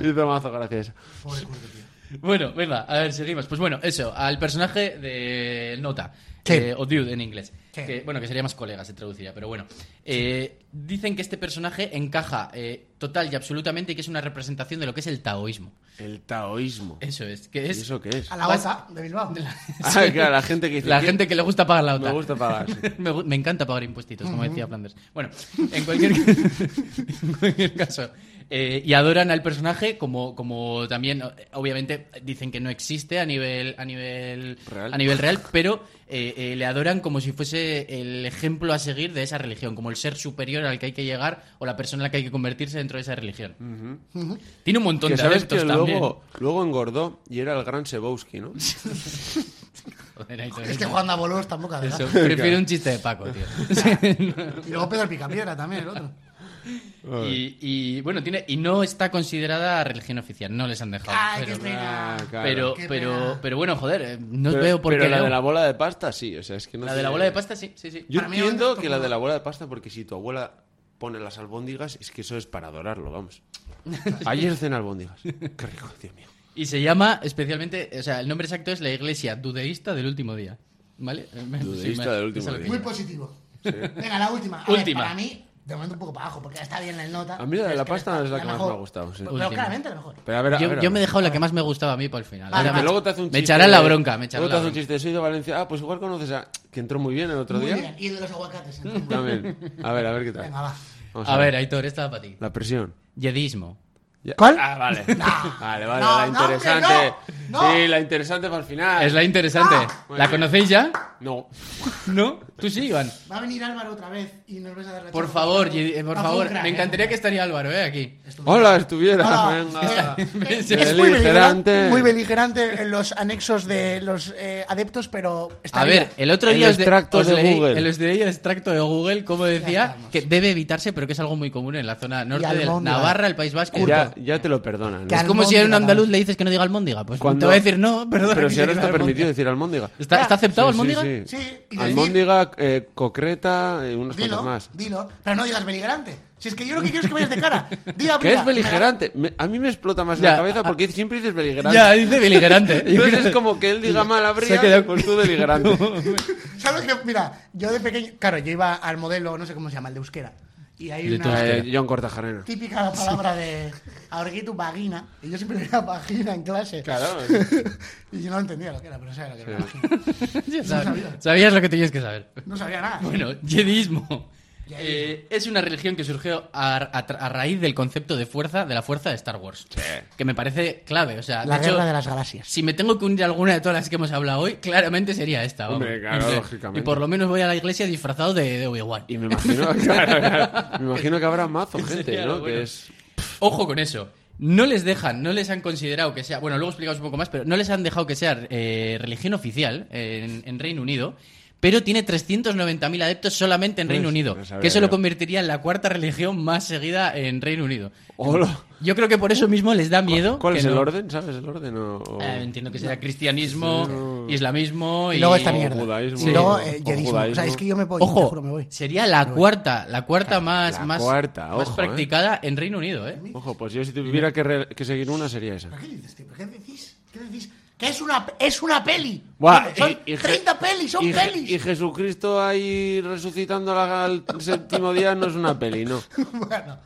S4: hizo mazo gracia esa.
S3: Pobre Curto, tío.
S5: Bueno, venga, a ver, seguimos. Pues bueno, eso, al personaje de Nota,
S3: Sí.
S5: eh, o Dude en inglés.
S3: Sí.
S5: Que, bueno, que sería más colega, se traduciría, pero bueno. Eh, Dicen que este personaje encaja eh, total y absolutamente y que es una representación de lo que es el taoísmo.
S4: El taoísmo.
S5: Eso es, que
S4: ¿Y
S5: es
S4: eso qué es?
S3: A la
S5: Vas-
S3: OTA de Bilbao.
S4: Ah, claro, la gente que dice.
S5: la
S4: "¿Qué-
S5: gente que le gusta pagar la OTA.
S4: Me gusta pagar. sí".
S5: me, gu- me encanta pagar impuestos, como decía Flanders. Bueno, en cualquier, en cualquier caso. eh, y adoran al personaje como, como también, o- obviamente, dicen que no existe a nivel, a nivel,
S4: Real.
S5: a nivel real, pero eh, eh, le adoran como si fuese el ejemplo a seguir de esa religión, como el ser superior al que hay que llegar o la persona en la que hay que convertirse dentro de esa religión. Tiene un montón
S4: Que
S5: de
S4: sabes que
S5: adeptos también.
S4: luego, luego engordó y era el gran Sebowski, ¿no?
S5: Joder, ahí todo
S3: Es que
S5: eso.
S3: Juan Dabolos tampoco, además.
S5: Eso, prefiero un chiste de Paco, tío.
S3: Y luego Pedro Picapiedra también, el otro.
S5: Y, y, bueno, tiene y no está considerada religión oficial, no les han dejado.
S3: Ay, qué
S5: pero,
S3: pena.
S4: Ah, claro.
S5: pero,
S3: Qué
S5: pero,
S3: pena.
S5: pero bueno, joder, eh, no
S4: Pero-
S5: veo por
S4: pero
S5: qué.
S4: la
S5: no.
S4: de la bola de pasta, sí. O sea, es que no
S5: La
S4: sé-
S5: de la bola de pasta, sí, sí, sí.
S4: Yo
S3: Para mí era un
S4: entiendo
S3: gesto
S4: que la
S3: como-
S4: de la bola de pasta, porque si tu abuela pone las albóndigas, es que eso es para adorarlo, vamos. Ayer cené albóndigas. Qué rico, Dios mío.
S5: Y se llama especialmente, o sea, el nombre exacto es la iglesia dudeísta del último día. ¿Vale?
S4: Dudeísta del último
S5: Es a lo que
S4: día.
S5: iba.
S3: Muy positivo. Venga, la última. A ver,
S5: Última.
S3: para mí, De momento un poco para abajo, porque está bien la nota.
S4: A mí la de
S3: pero
S4: la
S3: que
S4: pasta es la que más
S3: mejor.
S4: me ha gustado, sí.
S3: Pero
S5: Última.
S3: claramente la mejor.
S4: Pero a ver, a
S5: yo,
S4: ver, a
S5: yo me
S4: ver.
S5: dejaba la que más me gustaba a mí para el final.
S3: Ah. Vale,
S5: Ahora
S4: Porque
S5: me-
S4: luego te hace un
S5: me
S4: chiste.
S5: echarán la
S4: de-
S5: bronca, me echarán
S4: Luego te
S5: la
S4: hace un
S5: bronca.
S4: chiste, soy de Valencia. Ah, pues igual conoces a. que entró muy bien el otro
S3: Muy
S4: día.
S3: bien. Y de los aguacates. entonces.
S4: También. A ver, a ver qué tal.
S3: Venga, va.
S4: Vamos
S5: A ver, Aitor, esta va para ti.
S4: La presión.
S5: Yedismo.
S4: Ya-
S3: ¿Cuál?
S4: Ah, vale. Vale, vale,
S3: No,
S4: la
S3: no, hombre,
S4: interesante.
S3: no, no.
S4: Sí, la interesante para el final.
S5: Es la interesante.
S4: Ah. Muy
S5: ¿La
S4: bien.
S5: conocéis ya?
S4: No.
S5: ¿No? Tú sí, Iván.
S3: Va a venir Álvaro otra vez y nos vas a dar la
S5: Por
S3: chapa.
S5: favor, Yedi- eh, por
S3: Ah, fue un
S5: favor.
S3: crack,
S5: Me
S3: ¿eh?
S5: encantaría que estaría Álvaro, ¿eh? Aquí.
S3: Estuvo-
S4: Hola, estuviera.
S3: Hola.
S4: Venga.
S3: Es,
S5: Sí.
S3: muy
S4: Beligerante.
S3: beligerante, muy beligerante en los anexos de los eh, adeptos, pero está
S5: A ver, el otro
S4: El
S5: día os de-
S4: extracto
S5: os
S4: de
S5: leí-
S4: Google.
S5: el os leí el extracto de Google, como decía,
S3: estamos.
S5: que debe evitarse, pero que es algo muy común en la zona norte de
S3: almóndiga.
S5: Navarra, el País Vasco.
S4: Ya, ya te lo perdonan. ¿no?
S3: Que
S5: Es como si a un
S3: Almóndiga,
S5: andaluz le dices que no diga almóndiga. Pues
S4: Cuando-
S5: te va a decir no, perdón.
S4: Pero si ahora está permitido decir almóndiga.
S5: ¿Está, está aceptado almóndiga?
S4: Sí, sí.
S3: Sí, y decir-
S4: Almóndiga, eh, concreta, eh, unas
S3: Dilo,
S4: cuantas más.
S3: dilo, pero no digas beligerante. Si es que yo lo que quiero es que vayas de cara. Di a
S4: Que
S3: Brida,
S4: es beligerante. Me- a mí me explota más
S5: Ya,
S4: la cabeza
S5: a-
S4: porque siempre dices beligerante.
S5: Ya, dice beligerante.
S4: Entonces es como que él diga mal
S5: Se ha
S4: habría,
S5: quedado-
S4: pues tú beligerante.
S3: mira, ¿Sabes qué? Mira, yo de pequeño. Claro, yo iba al modelo, no sé cómo se llama, el de euskera. Y hay
S5: De
S3: una
S5: todo
S4: Eh, John Cortajarena.
S3: típica palabra de. Ahorgué tu vagina. Y yo siempre decía vagina en clase.
S4: Claro.
S3: Y yo no entendía lo que era, pero sabía lo que era.
S4: Sí.
S5: Ya
S3: sabía.
S5: sabes, Sabías lo que tenías que saber.
S3: No sabía nada.
S5: Bueno, yedismo.
S3: Yedismo.
S5: Eh, es una religión que surgió a, a tra- a raíz del concepto de fuerza de la fuerza de Star Wars. Que me parece clave. O sea,
S3: la
S5: de hecho,
S3: guerra de las galaxias.
S5: si me tengo que unir a alguna de todas las que hemos hablado hoy, claramente sería esta. vamos.
S4: Hombre, claro,
S5: En plan,
S4: lógicamente.
S5: Y por lo menos voy a la iglesia disfrazado de, de Obi-Wan.
S4: Y me imagino, claro, claro. me imagino que habrá mazo gente,
S5: Sería
S4: ¿no?
S5: lo bueno.
S4: Que es
S5: Ojo con eso. No les dejan, no les han considerado que sea. Bueno, luego explicamos un poco más, pero no les han dejado que sea eh, religión oficial en, en Reino Unido. Pero tiene 390.000 adeptos solamente en
S4: Pues,
S5: Reino Unido.
S4: no sabía
S5: que eso lo
S4: yo.
S5: convertiría en la cuarta religión más seguida en Reino Unido.
S4: Hola.
S5: Yo creo que por eso mismo les da miedo.
S4: ¿Cuál
S5: que
S4: es el
S5: no-
S4: orden? ¿Sabes el orden? O, o-
S5: Eh, entiendo que será cristianismo,
S4: Sí.
S5: islamismo y.
S3: Y luego esta
S4: o
S3: mierda.
S4: judaísmo,
S3: y luego
S4: o-
S3: eh,
S4: o
S3: yedismo. O sea,
S4: judaísmo.
S3: es que yo me voy, te juro, me
S5: Ojo,
S3: voy.
S5: sería la cuarta, la cuarta más,
S4: la
S5: más,
S4: cuarta,
S5: más
S4: ojo, eh.
S5: practicada en Reino Unido, ¿eh?
S4: Ojo, pues yo si tuviera que, re- que seguir una sería esa.
S3: ¿Pero qué dices, tío? ¿Pero ¿Qué decís? ¿Qué decís? Que es una, es una peli.
S4: Buah,
S3: Son
S4: y- y Je-
S3: 30 pelis, son
S4: y, Je-
S3: pelis.
S4: Y Jesucristo ahí resucitando la- al séptimo día no es una peli, ¿no?
S3: bueno,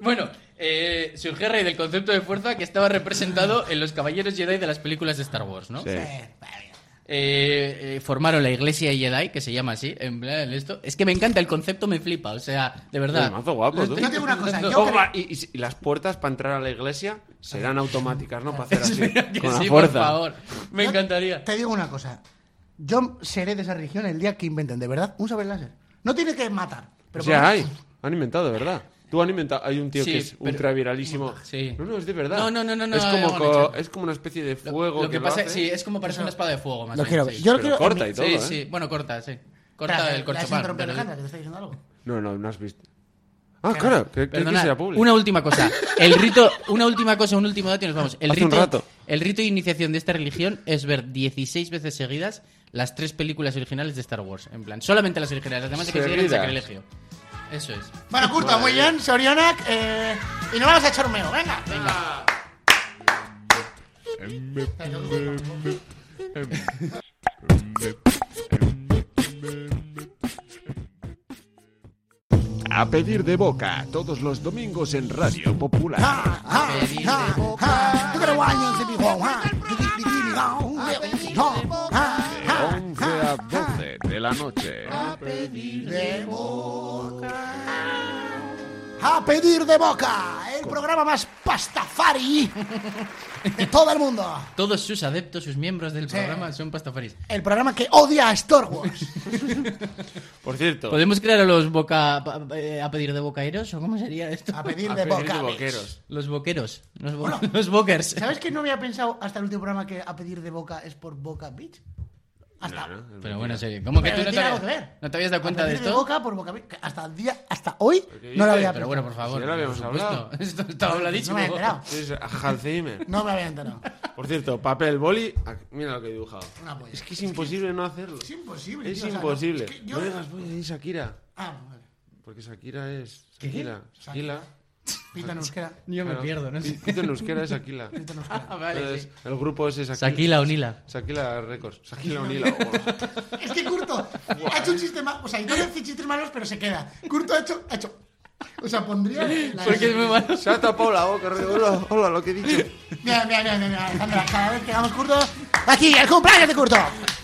S5: Bueno, eh, surgió a raíz del concepto de fuerza que estaba representado en los Caballeros Jedi de las películas de Star Wars, ¿no?
S4: Sí.
S3: eh, vale.
S5: Eh, eh, formaron la Iglesia Jedi, que se llama así, en plan esto. Es que me encanta el concepto, me flipa, o sea, de verdad.
S4: Es mazo guapo,
S5: Lo
S4: tú.
S5: estoy
S3: Yo tengo una cosa,
S5: intentando-
S3: yo
S4: Ojo, y, y- y las puertas para entrar a la iglesia serán automáticas, ¿no? Para hacer así.
S5: Espera que
S4: Con la
S5: sí, por
S4: fuerza.
S5: favor. Me
S3: Yo
S5: encantaría.
S3: Te digo una cosa. Yo seré de esa religión el día que inventen de verdad un saber láser. No tiene que matar. Pero por-
S4: Ya hay. Han inventado, ¿verdad? Tú han inventado. Hay un tío
S5: Sí,
S4: que es
S5: pero-
S4: ultra viralísimo.
S5: Sí.
S4: No, no, es de verdad.
S5: No, no, no, no, no,
S4: Es como,
S5: lo han
S4: co-
S5: hecho.
S4: es como una especie de
S5: Lo-
S4: fuego.
S5: lo que, pasa
S4: es
S5: sí, es como parece una espada de fuego, más
S3: Lo
S5: bien,
S3: quiero ver.
S5: sí.
S3: Yo lo quiero.
S4: corta y
S3: en mi-
S4: todo.
S5: Sí,
S4: ¿eh?
S5: sí, bueno, corta, sí.
S3: Espera,
S5: Corta
S3: que-
S5: el
S3: que has
S5: corcho pan,
S3: interrumpido,
S5: pero-
S3: Alejandra, que te está diciendo algo.
S4: No, no, no has visto. Ah, claro, que, que, que
S5: Perdonad,
S4: sea público.
S5: una última cosa. El rito, una última cosa, un último dato y nos vamos. El
S4: Hace un
S5: rito,
S4: rato.
S5: el rito de iniciación de esta religión es ver 16 veces seguidas las tres películas originales de Star Wars. En plan, solamente las originales, las demás se consideran
S4: Seguidas.
S5: sacrilegio. Eso es.
S3: Bueno, Curto, muy bien, Sorionak. Eh, y no vamos a echar meo, venga.
S1: A pedir de boca, todos los domingos en Radio Popular.
S4: Ah,
S3: Ah, ah,
S1: De 11 a 12 de la noche.
S3: A pedir de boca, el programa más pastafari de todo el mundo.
S5: Todos sus adeptos, sus miembros del
S3: Sí.
S5: programa son pastafaris.
S3: El programa que odia a Star Wars.
S4: Por cierto,
S5: ¿Podemos crear a los boca pa- eh, a pedir de bocaeros o cómo sería esto?
S3: A pedir
S4: a
S3: de
S4: pedir
S3: boca.
S4: boqueros.
S5: Los boqueros, los, bo-
S3: Bueno.
S5: los bokers.
S3: ¿Sabes que no había pensado hasta el último programa que a pedir de boca es por Boca Beach? Hasta.
S4: No, no, es
S5: Pero
S4: mentira.
S5: bueno, serio, ¿cómo que
S3: Pero
S5: tú no te,
S3: tiene algo
S5: habías,
S3: que ver.
S5: no te habías dado cuenta
S3: a
S5: de
S3: pedir
S5: esto?
S3: boca por Boca Beach. Hasta, el día, hasta hoy
S4: qué
S3: no lo
S4: dices?
S3: había
S5: Pero bueno, por
S3: pensado.
S4: Si
S5: favor.
S4: ya lo habíamos
S5: por supuesto.
S4: hablado.
S5: Esto estaba
S3: No
S5: habladísimo.
S3: me había enterado.
S4: Sí, es a Hans Zimmer.
S3: No me había enterado.
S4: Por cierto, papel, boli. ah, Mira lo que he dibujado.
S3: Una polla.
S4: Es que es imposible no hacerlo.
S3: Es imposible.
S4: Es
S3: tío, o sea, no-
S4: imposible.
S3: es que yo-
S4: No digas, voy a decir Shakira.
S3: Ah, vale.
S4: Porque Shakira es. Shakira. Shakira.
S3: Pita en euskera.
S5: Yo me
S4: Claro.
S5: pierdo, no sé.
S4: Pi- Pito en euskera es Aquila.
S3: Pita en euskera.
S5: Ah, vale,
S4: Entonces,
S5: sí.
S4: El grupo ese es Aquila.
S5: Shakila O'Nila.
S4: Shakila Records. Shakila O'Nila. oh.
S3: Es que Curto ha hecho un sistema. O sea, no hace chistes malos, pero se queda. Curto ha hecho. Ha hecho o sea, pondría. la-
S5: Porque es muy malo.
S4: Se ha tapado la boca. Rodrigo. Hola, hola, lo que he dicho.
S3: Mira, mira, mira, mira, mira, Alejandra, cada vez que hagamos Curto. Aquí, el cumpleaños de Curto.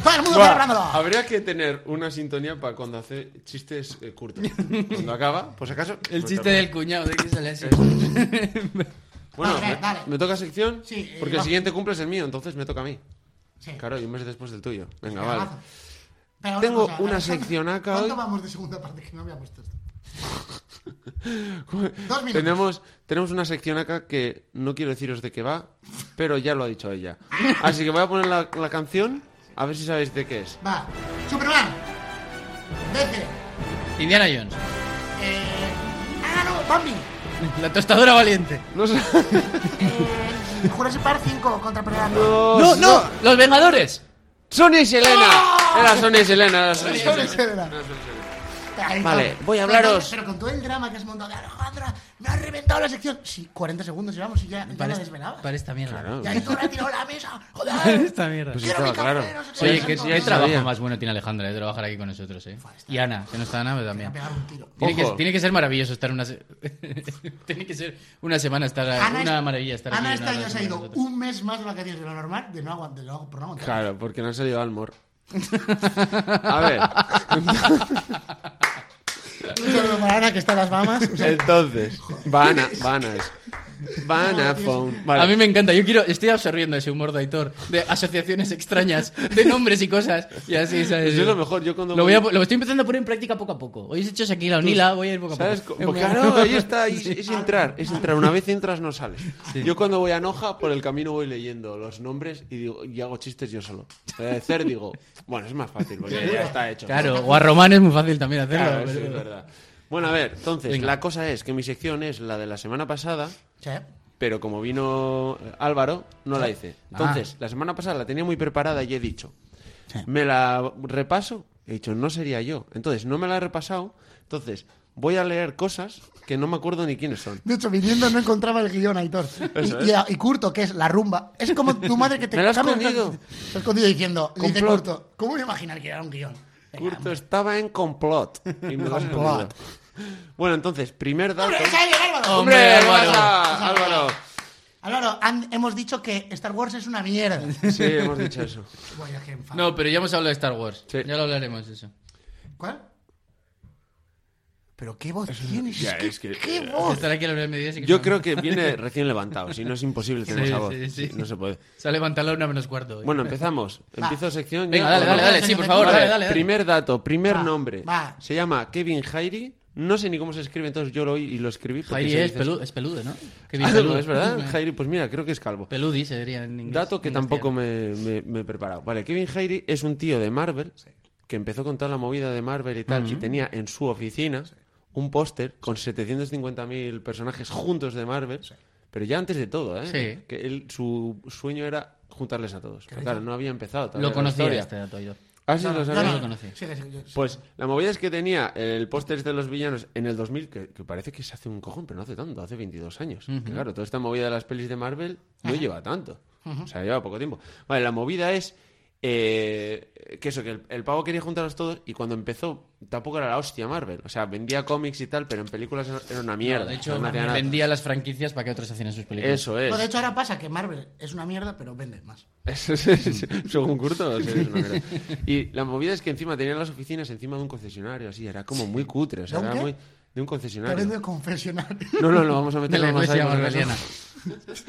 S3: Todo el mundo
S4: Buah,
S3: celebrándolo.
S4: habría que tener una sintonía para cuando hace chistes eh, curtos. Cuando acaba, pues acaso.
S5: El
S4: me
S5: chiste
S4: toca.
S5: del cuñado, de que sale así.
S4: Bueno,
S3: Dale,
S4: me,
S3: dale.
S4: ¿me toca sección?
S3: Sí, eh,
S4: Porque el
S3: va.
S4: siguiente cumple es el mío, entonces me toca a mí.
S3: Sí.
S4: Claro, y un mes después del tuyo. Venga,
S3: Venga,
S4: vale.
S3: mazo. Pero
S4: Tengo
S3: cosa,
S4: una
S3: Alejandra,
S4: seccionaca
S3: ¿Cuánto
S4: hoy.
S3: vamos de segunda parte? Que no había puesto esto. Dos minutos.
S4: Tenemos, tenemos una sección acá que no quiero deciros de qué va, pero ya lo ha dicho ella. Así que voy a poner la, la canción, a ver si sabéis de qué es.
S3: Va. Superman. Vete.
S5: Indiana Jones.
S3: Eh... Ah, no, Bambi.
S5: La tostadora valiente.
S4: No, sé-
S3: Eh, Jurassic Park 5 contra Predator.
S5: ¡No, no! ¡Los Vengadores!
S4: ¡Sony Selena! Era Sony Selena, era Sony
S3: Eso no
S4: Selena.
S3: es verdad. Ahí
S4: Vale,
S3: está.
S4: voy a
S3: Pero,
S4: hablaros-
S3: Pero con todo el drama que has montado de Alejandra, me has reventado la sección. Sí, 40 segundos llevamos y ya, ya
S5: Para,
S3: la
S5: es-
S3: desvelaba.
S5: para esta mierda.
S4: Claro.
S3: Y ahí tú la has tirado a la mesa.
S5: Para
S3: Joder.
S5: esta mierda.
S4: Pues
S3: Quiero mi
S4: estaba
S3: café,
S4: claro.
S3: no sé qué.
S5: Oye,
S3: no
S5: que
S4: sí,
S3: sé cuánto.
S4: ya
S5: qué
S4: está.
S5: trabajo
S4: sabía.
S5: más bueno tiene Alejandra de trabajar aquí con nosotros, ¿eh? Y Ana, que no está Ana, pero
S3: Me ha
S5: también.
S3: pegado un tiro.
S5: Tiene que,
S4: Ojo.
S5: tiene que ser maravilloso estar una se- Tiene que ser una semana estar
S3: Ana
S5: Ah, una
S3: es-
S5: maravilla estar
S3: Ana
S5: aquí
S3: este
S5: una
S3: año se ha
S5: semana
S3: ido
S5: con nosotros.
S3: un mes más de vacaciones de lo normal, de no aguant- de no, por no aguantar.
S4: Claro, porque no ha salido Almor. A ver,
S3: Un saludo para Ana, que está en las mamas. O sea,
S4: entonces. Vana, vanas. Vana phone. Vale.
S5: A mí me encanta, yo quiero, estoy absorbiendo ese humor de Aitor, de asociaciones extrañas, de nombres y cosas, y así, ¿sabes?
S4: Pues es lo mejor, yo cuando
S5: Lo,
S4: voy-
S5: voy a po- lo estoy empezando a poner en práctica poco a poco. Hoy he hecho Shakira O'Nila, voy a ir poco a poco.
S4: ¿Sabes?
S5: Eh,
S4: Porque, claro, ahí está, ahí es, es entrar, es entrar. Una vez entras no sales. Yo cuando voy a Noja, por el camino voy leyendo los nombres y, digo, y hago chistes yo solo. Hacer digo, bueno, es más fácil porque ya está hecho.
S5: Claro, o a Román es muy fácil también hacerlo.
S4: Claro, eso
S5: pero-
S4: es verdad. Bueno, a ver, entonces,
S5: Venga.
S4: la cosa es que mi sección es la de la semana pasada,
S3: sí.
S4: pero como vino eh, Álvaro, no la hice. Entonces, la semana pasada la tenía muy preparada y he dicho, me la repaso, he dicho, no sería yo. Entonces, no me la he repasado, entonces voy a leer cosas que no me acuerdo ni quiénes son.
S3: De hecho, viniendo no encontraba el guión, Aitor.
S4: Eso
S3: Y, y, y Curto, que es la rumba. Es como tu madre que te
S4: Me lo ha
S3: cambia-
S4: escondido.
S3: Lo ha escondido diciendo, le dice
S4: Complot.
S3: Curto, ¿cómo voy a imaginar que era un guión? Venga,
S4: Curto estaba en complot. Y me lo has
S3: Complot.
S4: olvidado. Bueno, entonces, primer dato.
S3: ¡Hombre, esa es el Álvaro!
S5: Hombre,
S4: ¿qué
S5: Álvaro.
S4: pasa, Álvaro.
S3: Álvaro, han- hemos dicho que Star Wars es una mierda.
S4: Sí, hemos dicho eso.
S3: Voy a que enfado.
S5: No, pero ya hemos hablado de Star Wars.
S4: Sí.
S5: Ya lo hablaremos eso.
S3: ¿Cuál? ¿Pero qué voz tienes?
S4: ya,
S3: es,
S4: es
S3: que,
S4: que-
S3: ¿Qué voz?
S5: Estar aquí a las medidas y
S4: Yo creo que viene recién levantado, si no es imposible tener
S5: Sí,
S4: esa voz.
S5: sí, sí.
S4: Sí, No se puede.
S5: Se ha levantado la una menos cuarto. hoy.
S4: Bueno, empezamos. Empiezo sección.
S5: Venga,
S4: ya,
S5: dale,
S4: ¿o
S5: dale,
S4: no?
S5: dale. Sí, por favor,
S4: Vale,
S5: dale, dale. dale.
S4: Primer dato, primer
S3: Va,
S4: nombre.
S3: va.
S4: Se llama Kevin Jairi. No sé ni cómo se escribe, entonces yo lo oí y lo escribí. porque
S5: Jairi
S4: se
S5: es,
S4: dice-
S5: pelu- es peludo, ¿no?
S4: Ah,
S5: Que bien
S4: no,
S5: peludo.
S4: es verdad.
S5: Sí,
S4: Jairi, pues mira, creo que es calvo.
S5: Peludi se diría en inglés.
S4: Dato que
S5: en
S4: tampoco
S5: castellano.
S4: me, me- me he preparado. Vale, Kevin Heidi es un tío de Marvel que empezó con toda la movida de Marvel y tal, y tenía en su oficina un póster con 750.000 personajes juntos de Marvel, pero ya antes de todo, ¿eh?
S5: Sí.
S4: Que él, su sueño era juntarles a todos. Pero claro, no había empezado todavía
S5: Lo
S4: la
S5: conocía
S4: historia.
S5: este dato yo.
S4: Ah, sí, lo
S3: No,
S4: sabía.
S5: Yo lo
S3: no,
S5: conocí.
S3: sigue, sigue, yo-
S4: Pues la movida es que tenía el póster este de los villanos en el 2000, que, que parece que se hace un cojón, pero no hace tanto, hace 22 años. Que Claro, toda esta movida de las pelis de Marvel no lleva tanto. O sea, lleva poco tiempo. Vale, la movida es eh, que eso, que el, el pavo quería juntarlos todos y cuando empezó tampoco era la hostia Marvel. O sea, vendía cómics y tal, pero en películas era- era una mierda.
S5: No, de hecho,
S4: no hacía nada.
S5: vendía las franquicias para que otros hacían sus películas.
S4: Eso es.
S3: No, de hecho, ahora pasa que Marvel es una mierda, pero vende más.
S4: Eso es- es- es-
S5: Mm.
S4: Según Curto, o sea, es una mierda. Y la movida es que encima tenían las oficinas encima de un concesionario, así, era como muy cutre, o sea,
S3: ¿De un
S4: era
S3: qué?
S4: muy... De un
S3: Te
S4: concesionario.
S3: vende confesionario.
S4: No, no, no, vamos a
S5: De
S4: meterlo
S5: la
S4: más
S5: iglesia
S4: ahí, por si
S5: marveliana.
S4: acaso.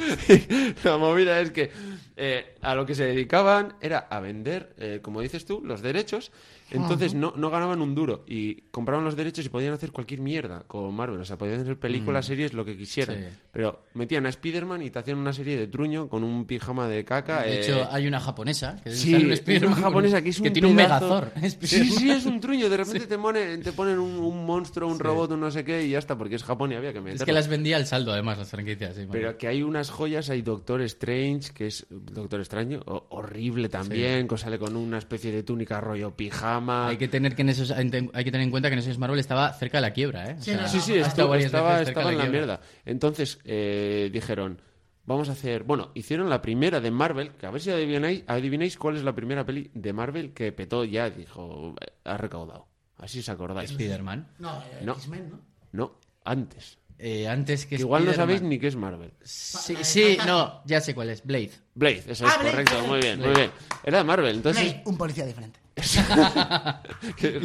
S4: La movida es que eh, a lo que se dedicaban era a vender, eh, como dices tú, los derechos. Entonces no, no ganaban un duro y compraban los derechos y podían hacer cualquier mierda con Marvel. O sea, podían hacer películas, series, lo que quisieran.
S5: Mm. Sí.
S4: Pero metían a Spider-Man y te hacían una serie de truño con un pijama de caca.
S5: De
S4: eh,
S5: hecho, hay una japonesa que
S4: Sí,
S5: sale un
S4: es
S5: Spiderman
S4: una
S5: con-
S4: japonesa que es un
S5: tiene un
S4: pedazo-
S5: megazor.
S4: Sí, sí, es un truño. De repente te, pone- te ponen un, un monstruo, un robot, un no sé qué y ya está, porque es Japón y había que meterlo.
S5: Es que las vendía al saldo, además, las franquicias. sí,
S4: Pero
S5: bueno.
S4: que hay unas joyas, hay Doctor Strange, que es Doctor Extraño, o- horrible también, que sale con una especie de túnica rollo pijama, drama.
S5: Hay que, tener que en esos, hay que tener en cuenta que en esos Marvel estaba cerca de la quiebra, ¿eh? O
S3: Sí,
S5: sea,
S3: no,
S4: Sí, sí,
S5: ha
S4: estu-
S5: estado varias
S4: estaba,
S5: veces cerca
S4: estaba
S5: de
S4: en la
S5: quiebra.
S4: mierda. Entonces eh, dijeron, vamos a hacer... Bueno, hicieron la primera de Marvel, que a ver si adivináis, adivináis cuál es la primera peli de Marvel que petó ya, dijo, "Eh, ha recaudado. Así os acordáis.
S5: Spider-Man.
S3: No, eh,
S4: No.
S3: X-Men, ¿no?
S4: No, antes.
S5: Eh, antes que
S4: Igual no sabéis
S5: Spider-Man.
S4: ni qué es Marvel.
S5: Sí, sí, no, ya sé cuál es. Blade.
S4: Blade, eso es
S3: Ah, Blade,
S4: correcto,
S3: Blade.
S4: muy bien, muy bien. Era de Marvel, entonces
S3: Blade, un policía diferente.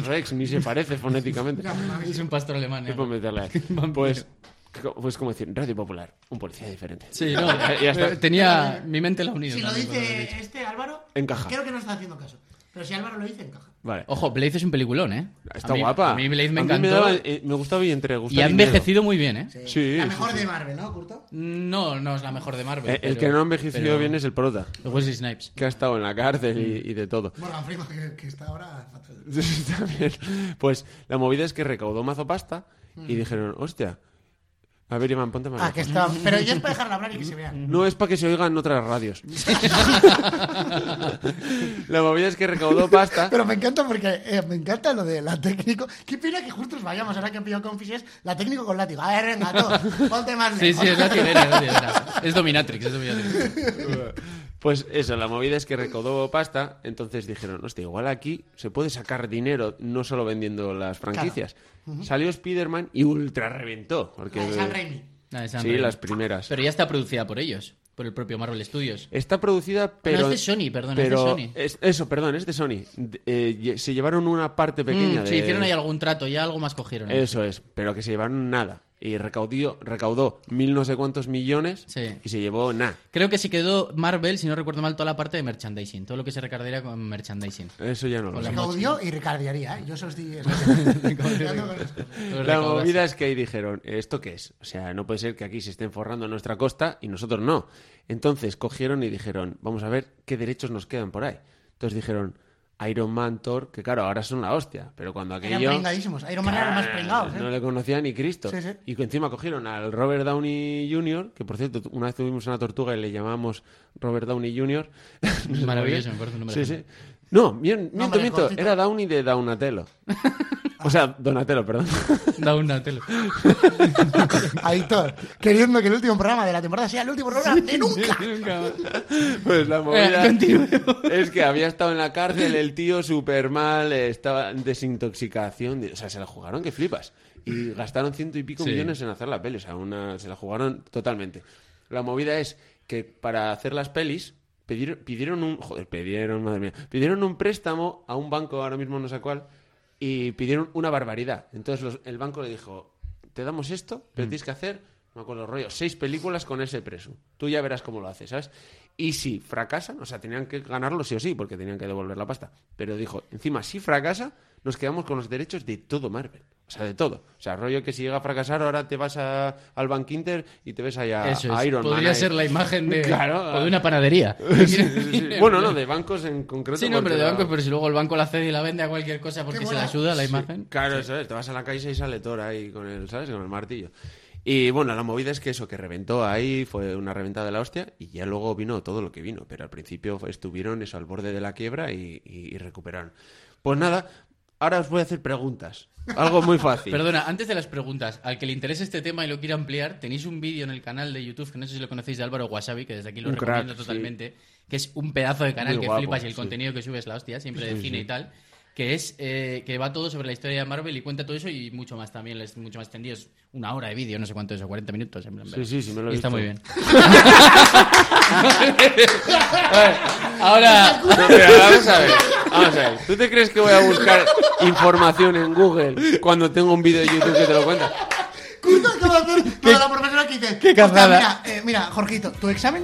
S4: Rex ni se parece fonéticamente.
S5: Es un pastor alemán. ¿eh?
S4: Tipo meterla ahí.
S5: Vampiro.
S4: Pues, co- pues como decir, Radio Popular, un policía diferente.
S5: Sí, no,
S4: Ya está.
S5: eh, tenía mi mente la unida.
S3: Si lo
S5: también cuando lo he
S3: dice
S5: dicho.
S3: este Álvaro,
S4: Encaja.
S3: creo que no está haciendo caso. Pero si Álvaro lo dice, encaja.
S4: Vale.
S5: Ojo, Blade es un peliculón, ¿eh?
S4: Está
S5: A mí-
S4: guapa.
S5: A mí Blade me
S4: A mí
S5: encantó.
S4: daba- eh, me gustaba y entre
S5: y
S4: gustar
S5: ha
S4: y miedo.
S5: envejecido muy bien, ¿eh?
S4: Sí,
S3: La
S4: sí,
S3: mejor
S4: sí.
S3: de Marvel, ¿no, Curto?
S5: No, no es la mejor de Marvel.
S4: Eh, El
S5: pero-
S4: que no ha envejecido
S5: pero- Mm.
S4: bien es el prota,
S5: Wesley Snipes.
S4: que ha estado en la cárcel y, y de todo.
S3: Morgan Freeman, que, que está ahora fatal.
S4: También. Pues la movida es que recaudó mazo pasta
S5: Mm.
S4: y dijeron, hostia, a ver Iván, ponte más.
S3: Ah,
S4: bajo".
S3: que está. Pero yo es para dejarla hablar y que se vea.
S4: No es para que se oigan otras radios. la movida es que recaudó pasta.
S3: Pero me encanta porque eh, me encanta lo de la técnico. Qué pena que justo nos vayamos ahora que pilló Confises, la técnico con látigo. A ver, venga, tú, ponte más
S5: Sí,
S3: lejos.
S5: sí, es la tirera, es la tirera. Es Dominatrix, es Dominatrix.
S4: Pues eso, la movida es que recaudó pasta, entonces dijeron, hostia, igual aquí se puede sacar dinero no solo vendiendo las franquicias. Salió Spider-Man y ultra reventó. Porque,
S3: La de Sam Raimi.
S5: Ah, es Sam
S4: sí,
S5: Raimi.
S4: las primeras.
S5: Pero ya está producida por ellos, por el propio Marvel Studios.
S4: Está producida, pero...
S5: es de Sony, perdón, es de
S4: pero
S5: Sony.
S4: es- eso, perdón, es de Sony. De- eh, ye- se llevaron una parte pequeña
S5: Mm,
S4: de...
S5: Sí, hicieron ahí algún trato, ya algo más cogieron. ¿eh?
S4: Eso es, pero que se llevaron nada. Y recaudó, recaudó mil no sé cuántos millones
S5: Sí.
S4: y se llevó nada.
S5: Creo que se quedó Marvel, si no recuerdo mal, toda la parte de merchandising, todo lo que se recargaría con merchandising.
S4: Eso ya no lo
S5: Con
S4: sé.
S5: Pues la
S3: Recaudió y recardiaría, ¿eh? Yo solo estoy. explicando con esto.
S5: Todo el
S4: La
S5: recaudo
S4: movida es que ahí dijeron, ¿esto qué es? O sea, no puede ser que aquí se estén forrando a nuestra costa y nosotros no. Entonces cogieron y dijeron, vamos a ver qué derechos nos quedan por ahí. Entonces dijeron, Iron Man, Thor, que claro, ahora son la hostia, pero cuando
S3: Eran
S4: aquello...
S3: pringadísimos. Iron Man era los más pringados. ¿eh?
S4: No le conocía ni Cristo.
S3: Sí, sí.
S4: Y que encima cogieron al Robert Downey Jr., que por cierto, una vez tuvimos una tortuga y le llamamos Robert Downey Jr.
S5: Maravilloso, me parece un nombre
S4: Sí, sí. No, mien- miento,
S3: Nombre
S4: miento.
S3: cortito.
S4: Era Downey de Downatello. o sea, Donatello, perdón.
S5: Da una tele.
S3: Aitor, queriendo que el último programa de la temporada sea el último programa de nunca.
S4: Pues la movida
S5: Eh, continuemos.
S4: es que había estado en la cárcel el tío súper mal, eh, estaba en desintoxicación, de- o sea, se la jugaron que flipas. Y gastaron ciento y pico
S5: Sí.
S4: millones en hacer la peli, o sea, una, se la jugaron totalmente. La movida es que para hacer las pelis pidieron, pidieron un... Joder, pidieron, madre mía. Pidieron un préstamo a un banco, ahora mismo no sé cuál, y pidieron una barbaridad. Entonces los- el banco le dijo, te damos esto, pero tienes que hacer, no me acuerdo rollo, seis películas con ese preso. Tú ya verás cómo lo haces, ¿sabes? Y si fracasan, o sea, tenían que ganarlo sí o sí, porque tenían que devolver la pasta. Pero dijo, encima, si fracasa, nos quedamos con los derechos de todo Marvel. O sea, de todo. O sea, rollo que si llega a fracasar, ahora te vas a- al Bank Inter y te ves allá a,
S5: Eso
S4: a
S5: es.
S4: Iron Man.
S5: Podría
S4: ahí.
S5: ser la imagen de,
S4: Claro.
S5: o de una panadería.
S4: Sí, sí, sí. Bueno, no, de bancos en concreto.
S5: Sí, no, pero de
S4: porque-
S5: bancos, pero si luego el banco la cede y la vende a cualquier cosa porque se
S3: mola.
S5: la ayuda la imagen.
S4: Claro, eso es. Te vas a la calle y sale Thor ahí con el, ¿sabes? Con el martillo. Y bueno, la movida es que eso, que reventó ahí, fue una reventada de la hostia, y ya luego vino todo lo que vino. Pero al principio estuvieron eso al borde de la quiebra y, y- y recuperaron. Pues nada, ahora os voy a hacer preguntas. Algo muy fácil.
S5: Perdona, antes de las preguntas, al que le interese este tema y lo quiera ampliar, tenéis un vídeo en el canal de YouTube, que no sé si lo conocéis, de Álvaro Wasabi, que desde aquí lo
S4: Un crack,
S5: recomiendo
S4: sí.
S5: totalmente, que es un pedazo de canal
S4: Muy
S5: que
S4: guapo,
S5: flipas y el
S4: sí.
S5: contenido que subes la hostia, siempre de cine y tal, que es eh, que va todo sobre la historia de Marvel y cuenta todo eso y mucho más también, es mucho más extendido, es una hora de vídeo, no sé cuánto es, o 40 minutos. En plan,
S4: Sí, sí, sí, me lo he
S5: y Está
S4: visto.
S5: muy bien. A ver, ahora...
S4: No, pero vamos a ver, vamos a ver. ¿Tú te crees que voy a buscar información en Google cuando tengo un vídeo de YouTube que te lo cuenta?
S3: Curto acaba de hacer toda la profesora que dice.
S5: qué
S3: "Hostia,
S5: cazada".
S3: Mira, eh, mira, Jorgito, tu examen.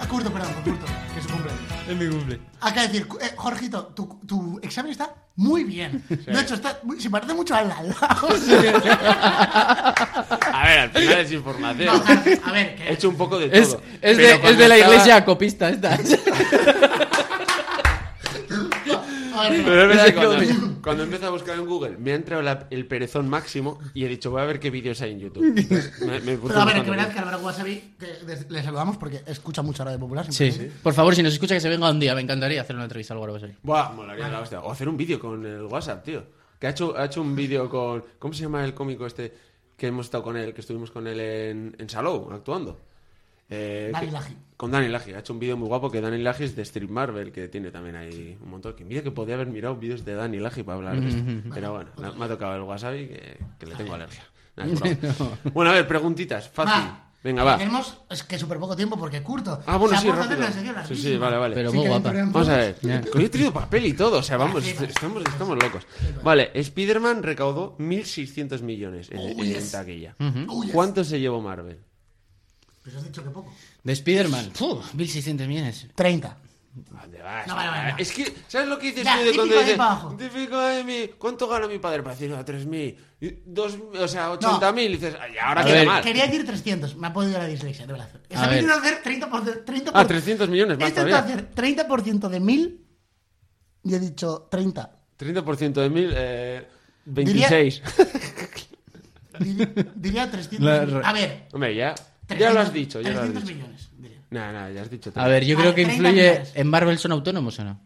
S3: Ah, Curto, perdón, Curto, que se cumple.
S5: Es mi cumple.
S3: Acá decir, cu- eh, Jorgito, tu, tu examen está muy bien. De hecho, está muy- se parece mucho al al-
S4: A ver, al final es información.
S3: A ver,
S4: He
S3: que
S4: hecho un poco de
S5: Es,
S4: todo. Pero
S5: es de, es
S4: cuando
S5: de la
S4: estaba-
S5: iglesia copista esta.
S4: Pero es verdad que
S5: Exacto.
S4: cuando, cuando empiezo a buscar en Google, me ha entrado la- el perezón máximo y he dicho, voy a ver qué vídeos hay en YouTube. Entonces, me- me puse
S3: Pero a ver, que
S4: buscando.
S3: verás que Álvaro Wasabi, que des- le saludamos porque escucha mucho ahora de Popular.
S5: Sí.
S3: siempre dice.
S5: Por favor, si nos escucha que se venga un día, me encantaría hacer una entrevista al Guarabas
S4: Buah, molaría la hostia. O hacer un vídeo con el WhatsApp, tío. Que ha hecho, ha hecho un vídeo con. ¿Cómo se llama el cómico este que hemos estado con él, que estuvimos con él en, en Salou, actuando? Eh,
S3: Dani
S4: que-
S3: Laji.
S4: Con Dani Laji. Ha hecho un vídeo muy guapo que Dani Laji es de Street Marvel, que tiene también ahí un montón. Que mira que podía haber mirado vídeos de Dani Laji para hablar de
S3: Mm-hmm.
S4: esto. Pero bueno, na- me ha tocado el wasabi que, que le tengo alergia. Nada, es broma. Bueno, a ver, preguntitas. Fácil.
S3: Va.
S4: Venga, va.
S3: Tenemos, es que súper poco tiempo porque curto.
S4: Ah, bueno,
S3: Se
S4: sí,
S3: aporta
S4: rápido.
S3: hacer una sección
S4: Sí, sí,
S3: larguísima.
S4: vale, vale.
S5: Pero
S3: Sí,
S5: muy
S3: que
S5: guapa.
S3: entornemos.
S4: Vamos a ver. Yo he tenido papel y todo. O sea, vamos, est- estamos, estamos locos. Vale, Spider-Man recaudó 1.600 millones en,
S3: Oh,
S4: en
S3: yes.
S4: taquilla.
S3: Oh, yes.
S4: ¿Cuánto se llevó Marvel?
S3: Pues has dicho que poco.
S5: De Spider-Man. Puf, 1.600 millones.
S3: 30.
S4: ¿Dónde vas?
S3: No, vale, vale, no.
S4: Es que, ¿sabes lo que dices
S3: Ya,
S4: tú de cuando
S3: típico de
S4: dices,
S3: para abajo.
S4: típico de mí? ¿Cuánto gana mi padre para decir, no, 3.000? Y dos- O sea, 80.000. Y dices, ay, ahora
S5: A
S4: queda
S5: ver.
S4: mal.
S3: Quería decir 300. Me ha podido la dislexia, de verdad.
S5: A
S3: Esta
S5: ver.
S3: vez iba a hacer 30 por... 30
S4: Ah,
S3: por-
S4: 300 millones más
S3: Esta
S4: todavía.
S3: iba a hacer 30% de 1000 y he dicho 30.
S4: 30% de 1.000, eh,
S3: Diría-
S4: 26.
S3: Diría, diría 300.
S5: La
S3: millones.
S5: re-
S3: A ver.
S4: Hombre, ya, ya
S3: 300
S4: lo has dicho. Ya lo has
S3: 300
S4: dicho.
S3: millones. diría.
S4: No, no, ya has dicho.
S5: A ver, yo
S3: Ah,
S5: creo que
S3: 30
S5: influye.
S3: millones.
S5: ¿En Marvel son autónomos o no?